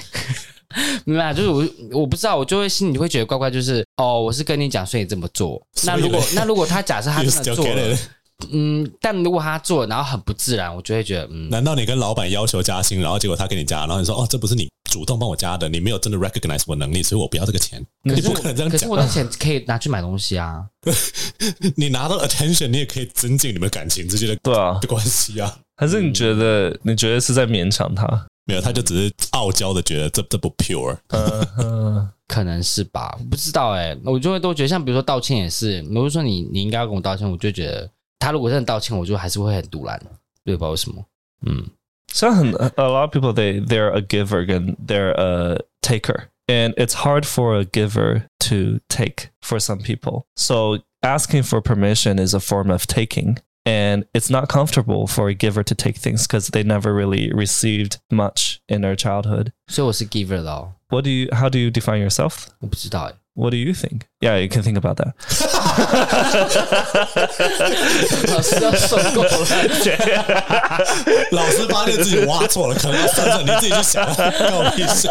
C: 明白啊，就是我，我不知道，我就会心里会觉得怪怪，就是哦，我是跟你讲，所以你这么做。
B: 所
C: 那
B: 以
C: 如果
B: 嘞
C: 那如果他假设他
B: You
C: 真的
B: still
C: 做
B: get
C: 了
B: it，
C: 嗯，但如果他做了，然后很不自然，我就会觉得，嗯，
B: 难道你跟老板要求加薪，然后结果他给你加，然后你说哦，这不是你主动帮我加的，你没有真的 recognize 我能力，所以我不要这个钱。
C: 可
B: 你
C: 是
B: 不
C: 我
B: 可能这样
C: 可是
B: 讲啊
C: 我，的钱可以拿去买东西啊。
B: 你拿到 attention，你也可以增进你们感情之间
A: 对啊，
B: 的关系啊。
A: 还是你觉得你觉得是在勉强他？
B: 没有，他就只是傲娇的觉得这这不 pure。
A: 嗯嗯，
C: 可能是吧，我不知道哎、我就会都觉得，像比如说道歉也是，比如说你你应该要跟我道歉，我就觉得他如果真的道歉，我就还是会很堵然，对吧？为什么？嗯，
A: 像很 a lot of people they they're a giver and they're a taker, and it's hard for a giver to take for some people. So asking for permission is a form of taking. And it's not comfortable for a giver to take things because they never really received much in their childhood.
C: 所以我是 giver 哦咯，
A: What do you? How do you define yourself?
C: 我不知道哎、
A: What do you think? Yeah, you can think about that.
C: 老师要受够了，
B: 老师发现自己挖错了，可能算算你自己去想， 关我屁事。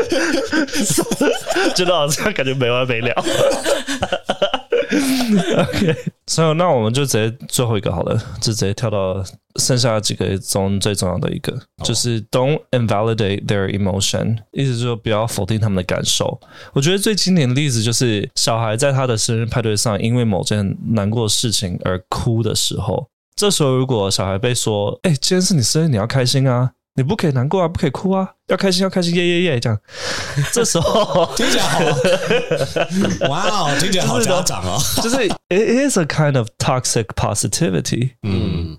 A: So 那我们就直接最后一个好了，就直接跳到剩下几个中最重要的一个，就是 don't invalidate their emotion，意思就是说不要否定他们的感受。我觉得最经典的例子就是小孩在他的生日派对上，因为某件难过的事情而哭的时候，这时候如果小孩被说：“哎、今天是你生日，你要开心啊，你不可以难过啊，不可以哭啊，要开心，要开心，耶耶耶！”这样，这时候
B: 听起来好， 哇哦，听起来好家长哦。
A: 就是 it is a kind of toxic positivity，
B: 嗯，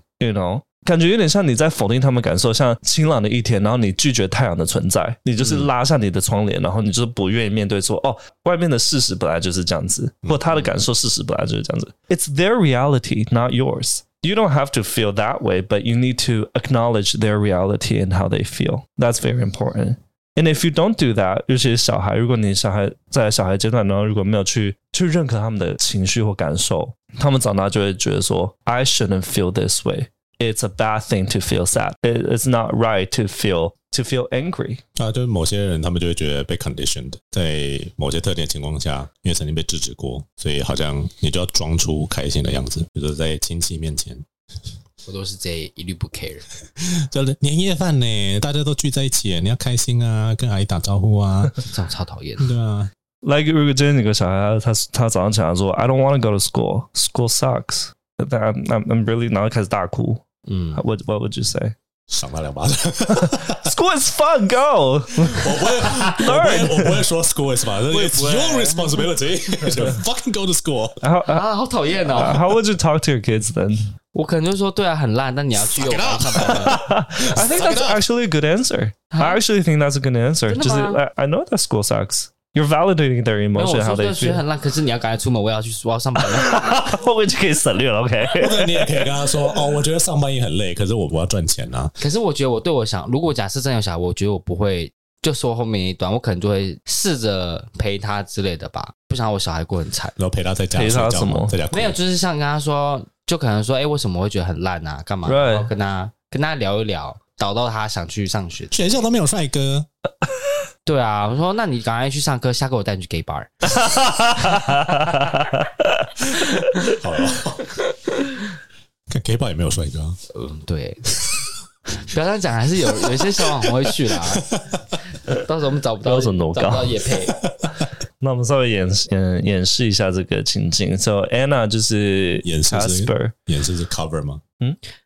C: 嗯，
A: you know，感觉有点像你在否定他们感受，像晴朗的一天，然后你拒绝太阳的存在，你就是拉下你的窗帘，然后你就是不愿意面对说，哦，外面的事实本来就是这样子，或他的感受事实本来就是这样子。It's their reality, not yours. You don't have to feel that way, but you need to acknowledge their reality and how they feel. That's very important. And if you don't do that，尤其是小孩，如果你小孩在小孩阶段，然后如果没有去去认可他们的情绪或感受，他们长大就会觉得说，I shouldn't feel this way. It's a bad thing to feel sad. It- It's not right to feel to feel angry.
B: 啊，就是某些人他们就会觉得被 conditioned，在某些特定的情况下，因为曾经被制止过，所以好像你就要装出开心的样子，比如说在亲戚面前，
C: 我都是这一律不 care。
B: 就是年夜饭呢，大家都聚在一起，你要开心啊，跟阿姨打招呼啊，
C: 这种超讨厌。
B: 对啊，
A: Like 如果今天有个小孩，他他早上起来说，I don't want to go to school. School sucks. But I'm I'm I'm really，然后开始大哭。
C: 嗯，
A: What What would you say?
B: 赏他 两巴掌。
A: School is fun. Go.
B: 我不会，我 不会，我不会说 school is 吧？It's your responsibility. You fucking go to school.
A: How how-
C: 啊，好讨厌哦！
A: How would you talk to your kids then?
C: 我可能就说对啊，很烂，但 你要 去幼儿园上班了。
A: I think that's actually a good answer. I actually think that's a good answer.
C: 真的吗？
A: Just I, I know that school sucks. You're validating their
C: 没有，
A: emotion
C: 我
A: how
C: 说这
A: they
C: 个学
A: feel. Oh,
C: 很烂，可是你要赶快出门，我也要去，我要上班了。
A: 后面就可以省略了，OK？
B: 或者你也可以跟他 说，哦，我觉得上班也很累，可是我我要赚钱啊。
C: 可是我觉得我对我想，如果假设真有小孩，我觉得我不会就说后面一段，我可能就会试着陪他之类的吧，不想让我小孩过很惨。
B: 然后陪他在家
A: 陪
B: 睡
A: 他
B: 觉
A: 什
B: 吗
A: 么？
B: 在家哭
C: 没有，就是像跟他说，就可能说，哎，为什么我会觉得很烂啊？干嘛？
A: Right
C: 然后跟他跟他聊一聊，导到他想去上学。
B: 学校都没有帅 哥，
C: 对啊，我说那你赶快去上课，下课我带你去 gay bar。
B: 好了， 看 K 吧也没有帅哥，啊
C: 嗯，对， 不要这样讲，还是有有一些小网红会去啦。到时候我们找不到
A: 标准多高
C: 找不到叶配。
A: 那我们稍微演演演示一下这个情境。So Anna 就是
B: 演示是-
A: Casper，
B: 眼神是 cover 吗？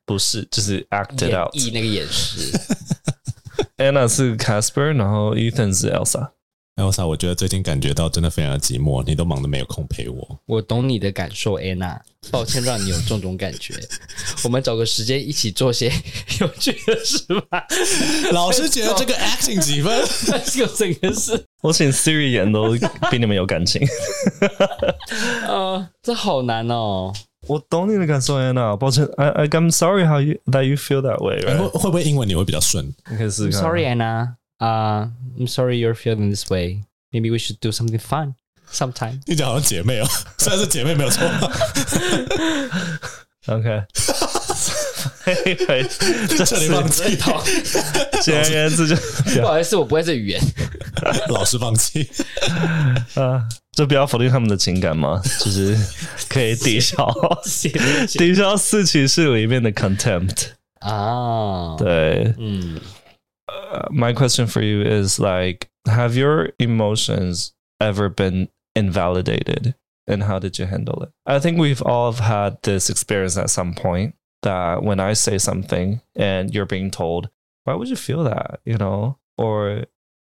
A: 不是就是 acted
C: 演
A: out。
C: 绎那个眼神，
A: Anna 是 Casper，然后 Ethan 是 Elsa。
B: Elsa，我觉得哎最近感觉到真的非常的寂寞，你都忙得没有空陪我。
C: 我懂你的感受，安娜。抱歉让你有这种感觉。我们找个时间一起做些有趣的事吧。
B: 老师觉 得 这个 acting 几分？
C: 但是我整个是，
A: 我请 Siri 演都比你们有感情。
C: 呃，这好难哦。
A: 我懂你的感受，Anna。抱歉，I I I'm sorry how you that you feel that way、
B: 哎会
A: right?。
B: 会不会英文你会比较顺？
A: 你可以试试
C: I'm
A: 看。
C: sorry, Anna. Uh, I'm sorry you're feeling this way. Maybe we should do something fun sometime.
B: 你讲好像姐妹 哦，虽然是姐妹没有错，
A: OK。这
B: 这里放
A: 是
B: 弃，
A: 简而言之就不
C: 不
A: 要
C: 好意思，我不会这语言。
B: 老师放 弃。
A: 啊，就不要否定他们的情感嘛，就是可以抵消抵消四骑士里面的 contempt。
C: 啊，
A: 对、
C: 嗯
A: Uh, my question for you is like, have your emotions ever been invalidated, and how did you handle it? I think we've all have had this experience at some point that when I say something and you're being told, why would you feel that? You know, or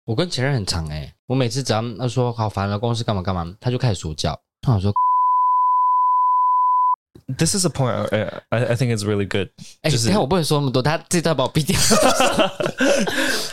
C: 我跟前任很长哎、我每次只要他说好烦了，公司干嘛干嘛，他就开始说教。他想说，
A: this is a point I, I, I think it's really good.
C: 哎、
A: 就是
C: 你看我不能说那么多，他自己都要把我逼 掉。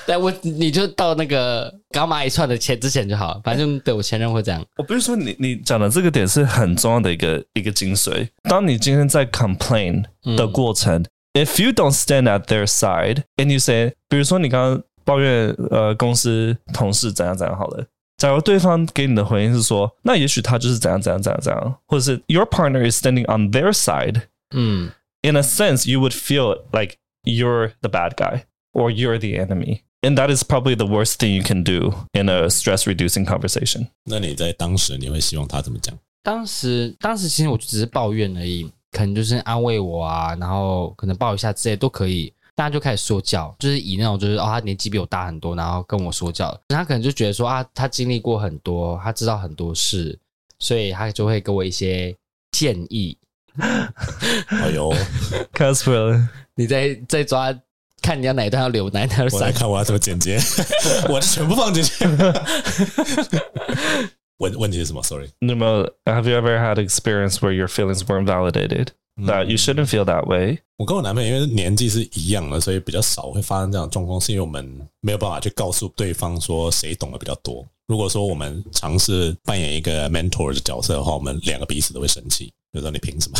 C: 但我你就到那个搞买一串的钱之前就好了，反正对我前任会这样。
A: 我不是说你你讲的这个点是很重要的一个一个精髓。当你今天在 complain
C: 嗯
A: 的过程、i f you don't stand at their side and you say，比如说你刚刚抱怨呃公司同事怎样怎样好了。假如对方给你的回应是说，那也许他就是怎样怎样怎样怎样，或者是 your partner is standing on their side。
C: 嗯
A: in a sense, you would feel like you're the bad guy or you're the enemy. And that is probably the worst thing you can do in a stress reducing conversation.
B: 那你在当时你会希望他怎么讲？
C: 当时当时其实我就只是抱怨而已，可能就是安慰我啊，然后可能抱一下之类都可以。大家就开始说教，就是以那种就是哦，他年纪比我大很多，然后跟我说教，他可能就觉得说啊，他经历过很多，他知道很多事，所以他就会给我一些建议。
B: 哎呦，
A: Casper,
C: 你再再抓，看你要哪一段要留，哪一段要
B: 我来
C: 删。
B: 看我要怎么剪接， 我全部放进去。 问问题是什么？Sorry，
A: Numa, have you ever had experience where your feelings weren't validated? That you shouldn't feel that way.
B: 我跟我男朋友因为年纪是一样的，所以比较少会发生这样的状况，是因为我们没有办法去告诉对方说谁懂得比较多。如果说我们尝试扮演一个 mentor 的角色的话，我们两个彼此都会生气，就说你凭什么？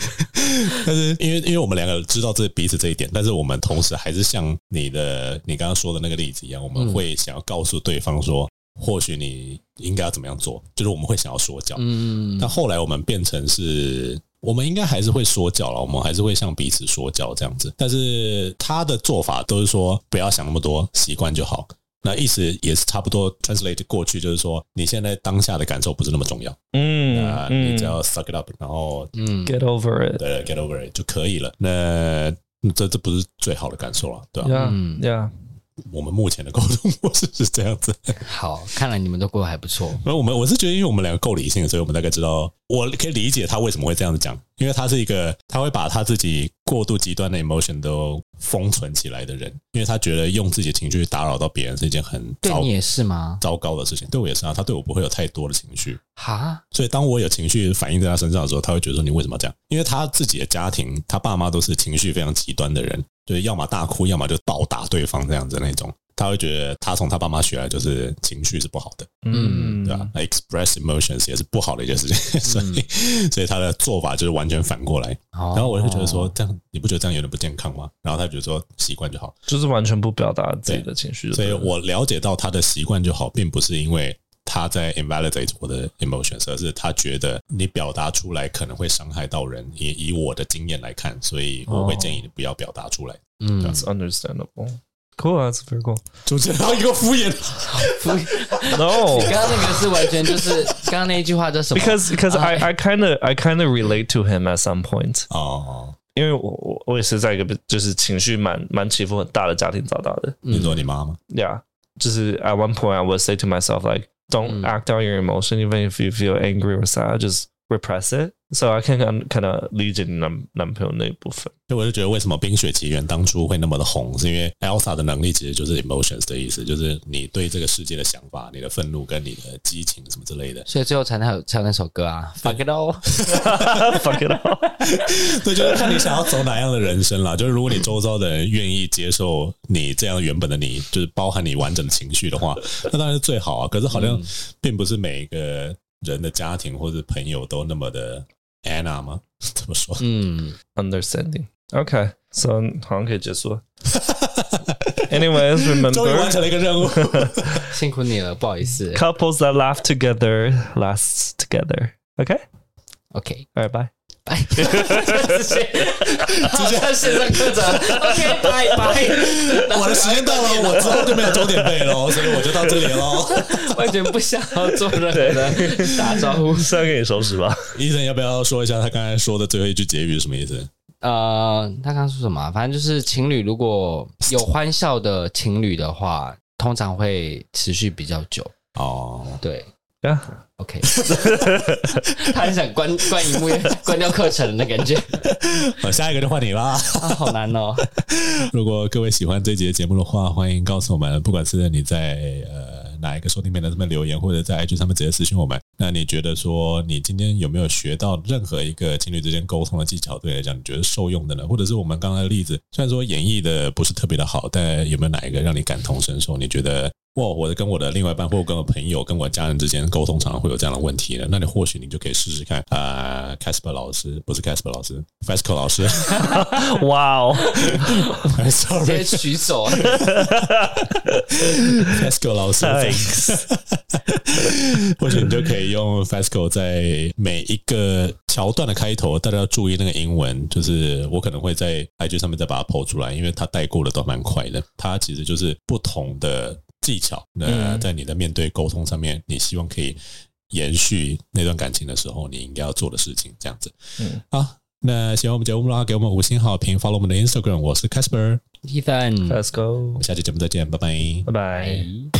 B: 但是因为因为我们两个知道这彼此这一点，但是我们同时还是像你的你刚刚说的那个例子一样，我们
C: 嗯
B: 会想要告诉对方说，或许你应该要怎么样做，就是我们会想要说教。
C: 嗯
B: 那后来我们变成是，我们应该还是会说教了，我们还是会向彼此说教这样子。但是他的做法都是说不要想那么多，习惯就好。那意思也是差不多，translate 过去就是说，你现在当下的感受不是那么重要，那你
A: Mm,
B: 只要 suck it up，然后
C: 嗯
A: Get over it.
B: 对 get over it 就可以了。那这这不是最好的感受了，对吧、啊
A: Yeah,
C: 嗯
A: yeah.
B: 我们目前的沟通模式是这样子。
C: 好，看来你们都过得还不错。
B: 那呃我们我是觉得，因为我们两个够理性，所以我们大概知道，我可以理解他为什么会这样子讲，因为他是一个他会把他自己过度极端的 emotion 都封存起来的人，因为他觉得用自己的情绪打扰到别人是一件很
C: 对
B: 糟
C: 你也是吗？
B: 糟糕的事情。对我也是啊，他对我不会有太多的情绪，
C: 哈，
B: 所以当我有情绪反映在他身上的时候，他会觉得说你为什么要这样？因为他自己的家庭，他爸妈都是情绪非常极端的人，就是要么大哭，要么就暴打对方这样子那种。他会觉得他从他爸妈学来就是情绪是不好的。
A: Mm.
B: 对吧、那 e x p r e s s emotions 也是不好的一件事情，
A: 嗯
B: 所以、所以他的做法就是完全反过来。
C: 然
A: 哦
B: 然后我就觉得
C: 哦
B: 说，这样你不觉得这样有点不健康吗？然后他觉得说习惯就好，
A: 就是完全不表达自己的情绪，
B: 所以我了解到他的习惯就好，并不是因为他在 invalidate 我的 emotions，而是他觉得你表达出来可能会伤害到人。以以我的经验来看，所以
A: 哦
B: 我会建议你不要表达出来。
C: 嗯，
A: That's understandable. Cool, that's very cool.
B: 主持人一个敷衍，
A: No.
C: 刚刚那个是完全就是刚刚那一句话叫什么
A: because because I I kind of I kind of relate to him at some point，
B: 哦，
A: 因为我我我也是在一个就是情绪蛮蛮起伏很大的家庭长大的
B: 你说你妈吗？
A: ，Yeah，就是 at one point I would say to myself like don't
C: 嗯
A: act out your emotion even if you feel angry or sad, just repress it So I can kind of 理解你男男朋友那一部分。
B: 所以我就觉得，为什么《冰雪奇缘》当初会那么的红，是因为 Elsa 的能力其实就是 emotions 的意思，就是你对这个世界的想法、你的愤怒跟你的激情什么之类的。
C: 所以最后才那才有那首歌啊，Fuck it all。
A: Fuck it all！
B: 对，就是看你想要走哪样的人生啦。就是如果你周遭的人愿意接受你这样原本的你，就是包含你完整的情绪的话，那当然是最好啊。可是好像并不是每一个人的家庭或者朋友都那么的 Anna 吗？ 怎么说？
C: 嗯，
A: understanding. Okay, so 好像可以结束了。Anyways,
B: 终于完成
A: remember
B: 了一个任务。
C: 辛苦你了，不好意 思。
A: couples that laugh together lasts together. Okay,
C: OK，
A: all right, bye.
C: 拜。 直接直接线上课程，OK，拜 拜。
B: 我的时间到了，我之后就没有终点费喽，所以我就到这里喽。
C: 完全不想要做任何的打招呼。
A: 是要给你收拾吧？
B: 医生要不要说一下他刚才说的最后一句结语是什么意思？
C: 呃，他刚刚说什么啊？反正就是情侣如果有欢笑的情侣的话，通常会持续比较久。
B: 哦，
C: 对
A: Yeah.
C: ，OK，他很想关关荧幕、关掉课程的感觉
B: 好，下一个就换你啦。
C: 啊，好难哦。
B: 如果各位喜欢这集的节目的话，欢迎告诉我们，不管是你在呃哪一个收听平台上面留言，或者在 IG 上面直接私信我们。那你觉得说你今天有没有学到任何一个情侣之间沟通的技巧，对你来讲你觉得受用的呢？或者是我们刚才的例子，虽然说演绎的不是特别的好，但有没有哪一个让你感同身受？你觉得哇，我的跟我的另外一半，或者跟我朋友、跟我家人之间沟通常常会有这样的问题呢？那你或许你就可以试试看啊、呃、，Casper 老师不是 Casper 老师，Fasco 老师
A: Wow.
B: I'm
C: 直
B: ，sorry，
C: 接取走，啊
B: Fasco 老师， 或许你就可以用 Fasco 在每一个桥段的开头，大家要注意那个英文，就是我可能会在 IG 上面再把它抛出来，因为它带过的都蛮快的。它其实就是不同的技巧，那
A: 嗯
B: 在你的面对沟通上面，你希望可以延续那段感情的时候，你应该要做的事情，这样子。
A: 嗯，
B: 好。那喜欢我们节目啦，给我们五星好评，follow 我们的 Instagram，我是 Casper，
C: Ethan。
A: Let's go.
B: 我们下期节目再见，拜拜。
A: Bye bye.
C: 拜